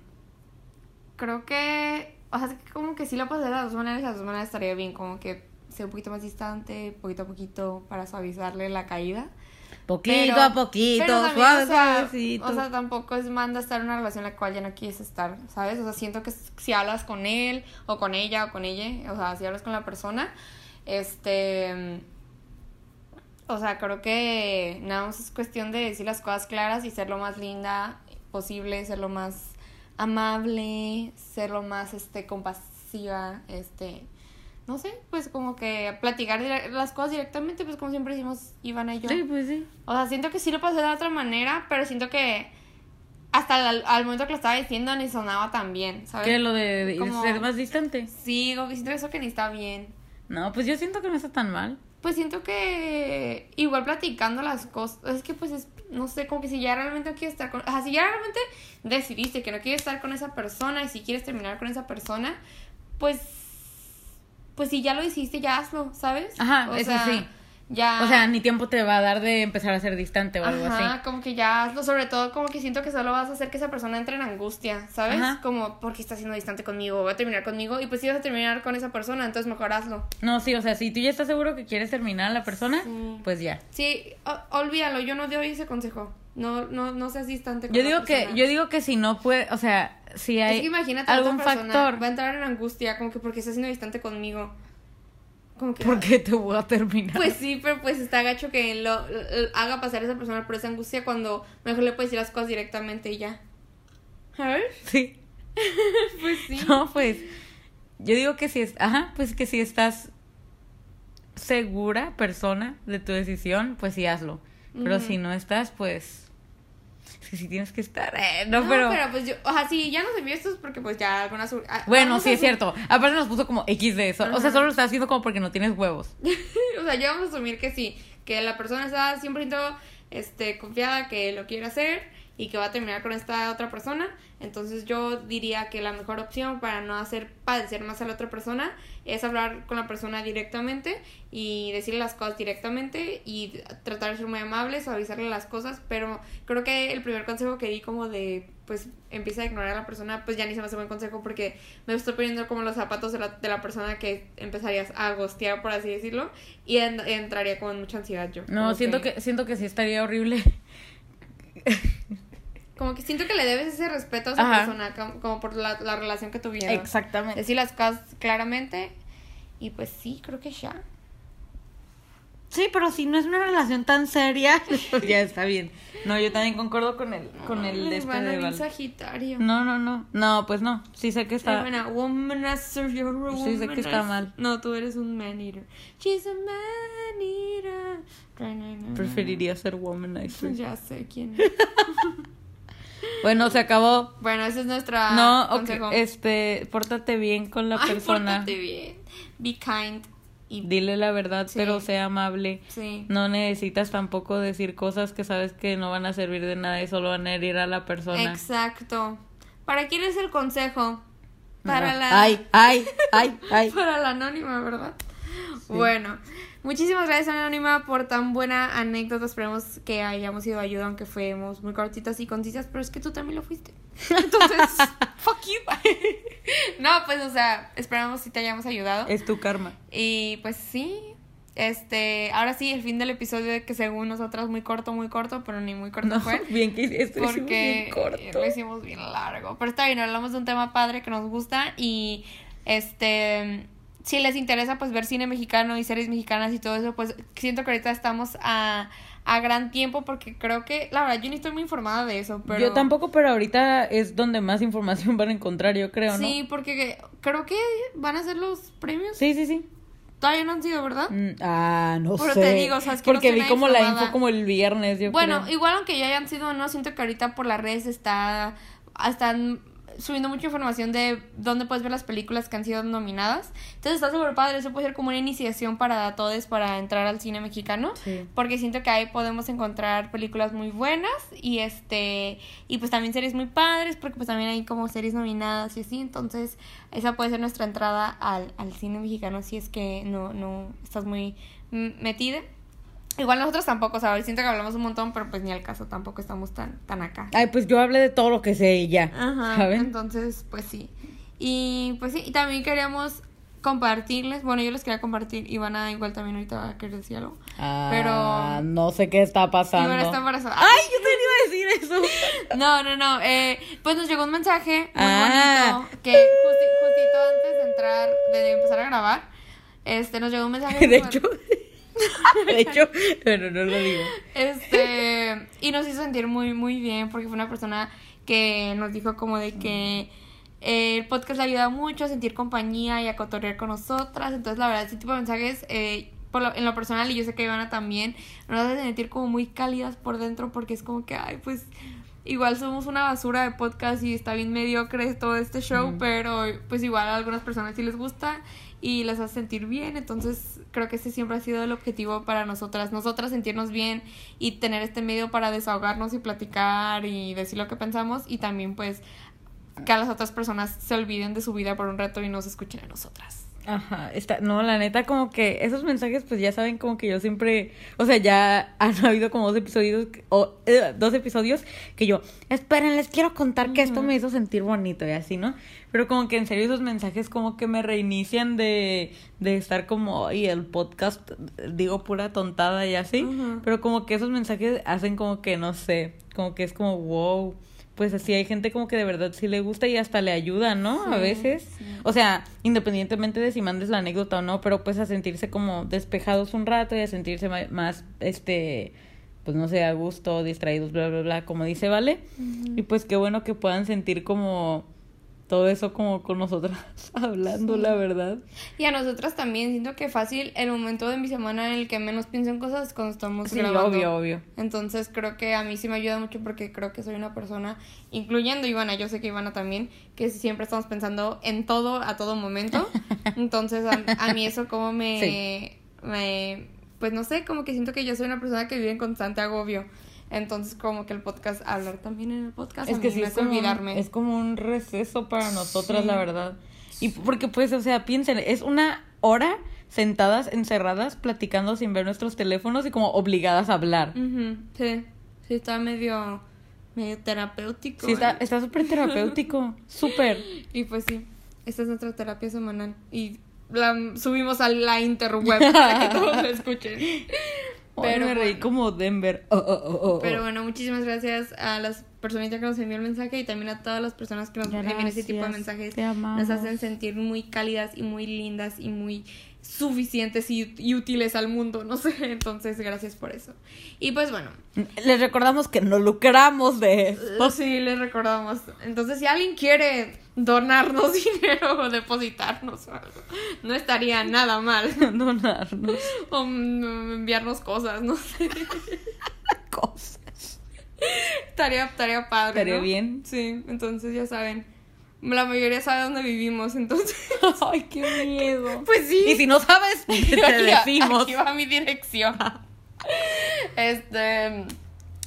Speaker 1: Creo que. O sea, como que sí lo puedes hacer de las dos maneras. De las dos maneras estaría bien. Como que sea un poquito más distante, poquito a poquito, para suavizarle la caída.
Speaker 2: Poquito
Speaker 1: Pero-
Speaker 2: a poquito,
Speaker 1: pero también,
Speaker 2: suave,
Speaker 1: o sea,
Speaker 2: suavecito.
Speaker 1: O sea, tampoco es manda estar en una relación en la cual ya no quieres estar, ¿sabes? O sea, siento que si hablas con él o con ella o con ella, o sea, si hablas con la persona, este... mm, O sea, creo que nada más es cuestión de decir las cosas claras y ser lo más linda posible, ser lo más amable, ser lo más este compasiva, este no sé, pues como que platicar dire- las cosas directamente, pues como siempre decimos Ivana y yo.
Speaker 2: Sí, pues sí.
Speaker 1: O sea, siento que sí lo pasé de otra manera, pero siento que hasta al, al momento que lo estaba diciendo ni sonaba tan bien, ¿sabes?
Speaker 2: Que lo de, de
Speaker 1: Como-
Speaker 2: ser más distante.
Speaker 1: Sí, como que siento eso que ni está bien.
Speaker 2: No, pues yo siento que no está tan mal.
Speaker 1: Pues siento que igual platicando las cosas, es que pues es, no sé, como que si ya realmente no quieres estar con, o sea, si ya realmente decidiste que no quieres estar con esa persona y si quieres terminar con esa persona, pues, pues si ya lo hiciste, ya hazlo, ¿sabes?
Speaker 2: Ajá, eso sí.
Speaker 1: Ya.
Speaker 2: O sea, ni tiempo te va a dar de empezar a ser distante o
Speaker 1: Ah.
Speaker 2: algo
Speaker 1: Ajá,
Speaker 2: así.
Speaker 1: como que ya hazlo, sobre todo como que siento que solo vas a hacer que esa persona entre en angustia, ¿sabes?
Speaker 2: Ajá.
Speaker 1: Como, ¿por qué está siendo distante conmigo? ¿Va a terminar conmigo? Y pues si vas a terminar con esa persona, entonces mejor hazlo.
Speaker 2: No, sí, o sea, si tú ya estás seguro que quieres terminar a la persona,
Speaker 1: Sí.
Speaker 2: pues ya.
Speaker 1: Sí, o- olvídalo, yo no doy ese consejo. No, no, no seas distante con
Speaker 2: Yo
Speaker 1: la
Speaker 2: digo que,
Speaker 1: persona.
Speaker 2: yo digo que si no puede, o sea, si
Speaker 1: Es
Speaker 2: hay
Speaker 1: que imagínate a
Speaker 2: algún
Speaker 1: otra persona,
Speaker 2: factor
Speaker 1: Va a entrar en angustia, como que porque está siendo distante conmigo. Como que.
Speaker 2: porque te voy a terminar.
Speaker 1: Pues sí, pero pues está gacho que lo, l- haga pasar a esa persona por esa angustia cuando mejor le puedes decir las cosas directamente y ya. ¿Sabes?
Speaker 2: sí.
Speaker 1: Pues sí.
Speaker 2: No, pues yo digo que si es, ajá, pues que si estás segura persona de tu decisión, pues sí hazlo. Pero
Speaker 1: Ujú.
Speaker 2: si no estás, pues es que si tienes que estar, eh, no,
Speaker 1: No,
Speaker 2: pero,
Speaker 1: pero... pues yo, o sea, sí, ya nos envió estos porque pues ya algunas... u- a-
Speaker 2: bueno,
Speaker 1: algunas
Speaker 2: sí es
Speaker 1: asu-
Speaker 2: cierto. Aparte nos puso como X de eso. O
Speaker 1: Ajá.
Speaker 2: sea, solo lo estás haciendo como porque no tienes huevos.
Speaker 1: O sea, ya vamos a asumir que sí, que la persona está 100% este, confiada que lo quiere hacer y que va a terminar con esta otra persona. Entonces yo diría que la mejor opción para no hacer padecer más a la otra persona es hablar con la persona directamente y decirle las cosas directamente y tratar de ser muy amables, avisarle las cosas, pero creo que el primer consejo que di como de pues empieza a ignorar a la persona, pues ya ni se me hace buen consejo porque me estoy poniendo como los zapatos de la, de la persona que empezarías a gostear, por así decirlo, y en- entraría con mucha ansiedad yo.
Speaker 2: No,
Speaker 1: Como
Speaker 2: siento que siento que sí estaría horrible.
Speaker 1: Como que siento que le debes ese respeto a esa
Speaker 2: Ajá.
Speaker 1: persona, como, como por la, la relación que tuvieron.
Speaker 2: Exactamente.
Speaker 1: Decir las cosas claramente y pues sí, creo que ya.
Speaker 2: Sí, pero si no es una relación tan seria, pues ya está bien. No, yo también concuerdo con el con el de
Speaker 1: Ay,
Speaker 2: este
Speaker 1: bueno,
Speaker 2: de
Speaker 1: bien
Speaker 2: Val.
Speaker 1: sagitario.
Speaker 2: No, no, no. No, pues no. Sí sé que
Speaker 1: Ay,
Speaker 2: está
Speaker 1: bueno, womanizer, you're a
Speaker 2: Sí, sé que está
Speaker 1: womanizer.
Speaker 2: mal.
Speaker 1: No, tú eres un man eater. She's a man eater. Ra, na, na, na.
Speaker 2: preferiría ser womanizer.
Speaker 1: Ya sé quién es.
Speaker 2: Bueno, se acabó.
Speaker 1: Bueno, ese es nuestra
Speaker 2: No, ok,
Speaker 1: Ah, consejo.
Speaker 2: este, pórtate bien con la
Speaker 1: Ay,
Speaker 2: persona.
Speaker 1: pórtate bien. Be kind. Y
Speaker 2: Dile la verdad,
Speaker 1: Sí.
Speaker 2: pero sea amable.
Speaker 1: sí.
Speaker 2: No necesitas tampoco decir cosas que sabes que no van a servir de nada y solo van a herir a la persona.
Speaker 1: Exacto. ¿Para quién es el consejo? Para
Speaker 2: Ajá.
Speaker 1: la
Speaker 2: Ay, ay, ay, ay.
Speaker 1: para la anónima, ¿verdad? Bueno, muchísimas gracias Anónima por tan buena anécdota. Esperemos que hayamos sido de ayuda, aunque fuimos muy cortitas y concisas, pero es que tú también lo fuiste. Entonces, fuck you. no, pues o sea, esperamos si te hayamos ayudado.
Speaker 2: Es tu karma.
Speaker 1: Y pues sí, este, ahora sí, el fin del episodio que según nosotras muy corto, muy corto, pero ni muy corto
Speaker 2: No,
Speaker 1: fue.
Speaker 2: bien que esto es
Speaker 1: Porque
Speaker 2: bien corto.
Speaker 1: lo hicimos bien largo. Pero está bien, hablamos de un tema padre que nos gusta y este si les interesa pues ver cine mexicano y series mexicanas y todo eso, pues siento que ahorita estamos a, a gran tiempo porque creo que, la verdad, yo ni estoy muy informada de eso, pero...
Speaker 2: Yo tampoco, pero ahorita es donde más información van a encontrar, yo creo, ¿no?
Speaker 1: Sí, porque creo que van a ser los premios.
Speaker 2: Sí, sí, sí.
Speaker 1: Todavía no han sido, ¿verdad?
Speaker 2: Mm, Ah, no
Speaker 1: Pero
Speaker 2: sé.
Speaker 1: te digo, o sea, es que no
Speaker 2: Porque
Speaker 1: sé
Speaker 2: vi
Speaker 1: nada
Speaker 2: como la
Speaker 1: informada.
Speaker 2: info como el viernes, yo
Speaker 1: Bueno,
Speaker 2: creo.
Speaker 1: igual aunque ya hayan sido, no siento que ahorita por las redes está están subiendo mucha información de dónde puedes ver las películas que han sido nominadas. Entonces está súper padre, eso puede ser como una iniciación para todos para entrar al cine mexicano,
Speaker 2: Sí.
Speaker 1: porque siento que ahí podemos encontrar películas muy buenas y este y pues también series muy padres, porque pues también hay como series nominadas y así, entonces esa puede ser nuestra entrada al, al cine mexicano si es que no no estás muy mm, metida. Igual nosotros tampoco, o sea, siento que hablamos un montón, pero pues ni al caso tampoco estamos tan, tan acá.
Speaker 2: Ay, pues yo hablé de todo lo que sé y ya.
Speaker 1: Ajá.
Speaker 2: ¿Saben?
Speaker 1: Entonces, pues sí. Y pues sí, y también queríamos compartirles, bueno, yo les quería compartir, Ivana igual también ahorita va a querer decir algo.
Speaker 2: Ah,
Speaker 1: Pero-
Speaker 2: no sé qué está pasando.
Speaker 1: Ivana está embarazada.
Speaker 2: Ay, yo también iba a decir eso.
Speaker 1: No, no, no. eh, pues nos llegó un mensaje muy
Speaker 2: Ah.
Speaker 1: bonito que justi- justito antes de entrar, de empezar a grabar, este, nos llegó un mensaje.
Speaker 2: De
Speaker 1: súper-
Speaker 2: hecho, de hecho, pero no lo digo.
Speaker 1: Este, y nos hizo sentir muy, muy bien porque fue una persona que nos dijo como de que eh, el podcast le ayuda mucho a sentir compañía y a cotorrear con nosotras. Entonces, la verdad, ese tipo de mensajes, eh, por lo- en lo personal, y yo sé que Ivana también, nos hace sentir como muy cálidas por dentro porque es como que, ay, pues... Igual somos una basura de podcast y está bien mediocre todo este show,
Speaker 2: Ujú.
Speaker 1: pero pues igual a algunas personas sí les gusta y las hace sentir bien, entonces creo que ese siempre ha sido el objetivo para nosotras, nosotras sentirnos bien y tener este medio para desahogarnos y platicar y decir lo que pensamos y también pues que a las otras personas se olviden de su vida por un rato y nos escuchen a nosotras.
Speaker 2: Ajá, está, no, la neta, como que esos mensajes, pues ya saben, como que yo siempre, o sea, ya han habido como dos episodios, que- o eh, dos episodios que yo, esperen, les quiero contar que esto me hizo sentir bonito y así, ¿no? Pero como que en serio esos mensajes como que me reinician de, de estar como, y el podcast, digo pura tontada y así,
Speaker 1: Ujú.
Speaker 2: pero como que esos mensajes hacen como que, no sé, como que es como, wow. Pues así hay gente como que de verdad sí le gusta y hasta le ayuda, ¿no? a
Speaker 1: Sí,
Speaker 2: veces. O sea, independientemente de si mandes la anécdota o no, pero pues a sentirse como despejados un rato y a sentirse ma- más, este, pues no sé, a gusto, distraídos, bla, bla, bla, como dice Vale. Y pues qué bueno que puedan sentir como todo eso como con nosotras hablando, la verdad.
Speaker 1: Y a nosotras también, siento que fácil el momento de mi semana en el que menos pienso en cosas es cuando estamos
Speaker 2: Sí,
Speaker 1: Pues grabando.
Speaker 2: obvio, obvio.
Speaker 1: Entonces creo que a mí sí me ayuda mucho porque creo que soy una persona, incluyendo Ivana, yo sé que Ivana también, que siempre estamos pensando en todo, a todo momento. Entonces a, a mí eso como me, me- Pues no sé, como que siento que yo soy una persona que vive en constante agobio. Entonces como que el podcast, hablar también en el podcast, a mí me hace
Speaker 2: como un-
Speaker 1: olvidarme.
Speaker 2: es como un receso para nosotras,
Speaker 1: Sí.
Speaker 2: la verdad. Y porque pues, o sea, piensen, es una hora sentadas, encerradas, platicando sin ver nuestros teléfonos y como obligadas a hablar.
Speaker 1: Ujú, sí, sí, está medio, medio terapéutico.
Speaker 2: Sí, está
Speaker 1: ¿eh?
Speaker 2: está súper terapéutico, súper.
Speaker 1: Y pues sí, esta es nuestra terapia semanal. Y la subimos a la interweb para que todos la escuchen. Pero
Speaker 2: Pero me reí
Speaker 1: bueno.
Speaker 2: como Denver. Oh, oh, oh, oh, oh.
Speaker 1: Pero bueno, muchísimas gracias a las personitas que nos envió el mensaje y también a todas las personas que nos envían ese tipo de
Speaker 2: Gracias,
Speaker 1: mensajes.
Speaker 2: te
Speaker 1: Nos
Speaker 2: amamos.
Speaker 1: hacen sentir muy cálidas y muy lindas y muy suficientes y, y útiles al mundo, no sé. Entonces, gracias por eso. Y pues bueno,
Speaker 2: Les recordamos que no lucramos de esto.
Speaker 1: sí, les recordamos. Entonces, si alguien quiere donarnos dinero o depositarnos o algo, no estaría nada mal.
Speaker 2: Donarnos
Speaker 1: O mm, enviarnos cosas, no sé.
Speaker 2: cosas.
Speaker 1: Tarea, tarea padre.
Speaker 2: Estaría
Speaker 1: ¿no?
Speaker 2: bien.
Speaker 1: Sí, entonces ya saben. La mayoría sabe dónde vivimos, entonces.
Speaker 2: Ay, qué miedo.
Speaker 1: Pues sí.
Speaker 2: Y si no sabes, te
Speaker 1: Aquí va-
Speaker 2: decimos.
Speaker 1: Aquí va mi dirección. Este.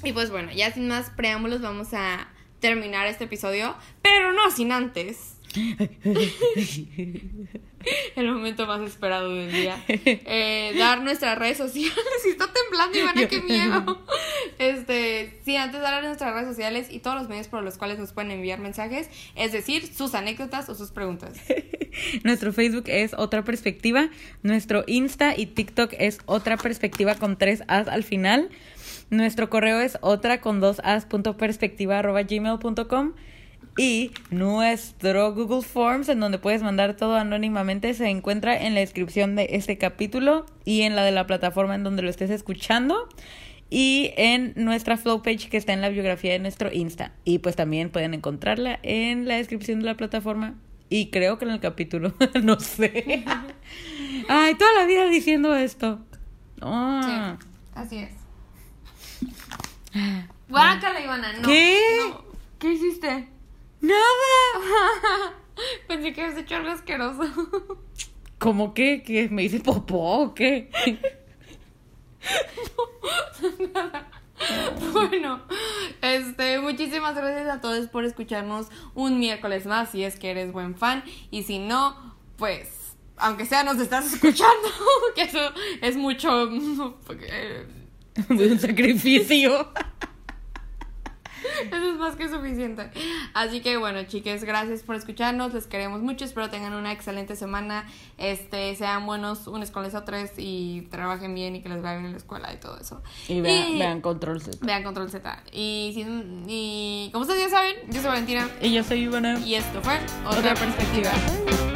Speaker 1: Y pues bueno, ya sin más preámbulos, vamos a terminar este episodio. Pero no sin antes. El momento más esperado del día. Eh, dar nuestras redes sociales. Si está temblando, Ivana, qué miedo. Este, sí, antes dar nuestras redes sociales y todos los medios por los cuales nos pueden enviar mensajes, es decir, sus anécdotas o sus preguntas.
Speaker 2: Nuestro Facebook es Otra Perspectiva. Nuestro Insta y TikTok es Otra Perspectiva con tres As al final. Nuestro correo es otra con dos as punto perspectiva arroba gmail punto com. Y nuestro Google Forms, en donde puedes mandar todo anónimamente, se encuentra en la descripción de este capítulo y en la de la plataforma en donde lo estés escuchando. Y en nuestra flow page que está en la biografía de nuestro Insta. Y pues también pueden encontrarla en la descripción de la plataforma. Y creo que en el capítulo, no sé. Ay, toda la vida diciendo esto. Ah.
Speaker 1: Sí, así es. Guácala, Ivana, no.
Speaker 2: ¿Qué?
Speaker 1: no. ¿Qué hiciste?
Speaker 2: ¡Nada!
Speaker 1: Pensé que habías hecho algo asqueroso.
Speaker 2: ¿Cómo que? ¿Qué? ¿Me dice popó o qué?
Speaker 1: bueno, este, muchísimas gracias a todos por escucharnos un miércoles más, si es que eres buen fan. Y si no, pues, aunque sea nos estás escuchando, que eso es mucho... porque, eh,
Speaker 2: Un sacrificio.
Speaker 1: Eso es más que suficiente. Así que bueno, chiques, gracias por escucharnos. Les queremos mucho. Espero tengan una excelente semana. Este, sean buenos unos con los otros y trabajen bien y que les vaya bien en la escuela y todo eso.
Speaker 2: Y vean, vean Control Z.
Speaker 1: vean Control Z. Y, sin- y como ustedes ya saben, yo soy Valentina
Speaker 2: Y yo soy Ivana.
Speaker 1: y esto fue
Speaker 2: Otra Perspectiva.
Speaker 1: perspectiva.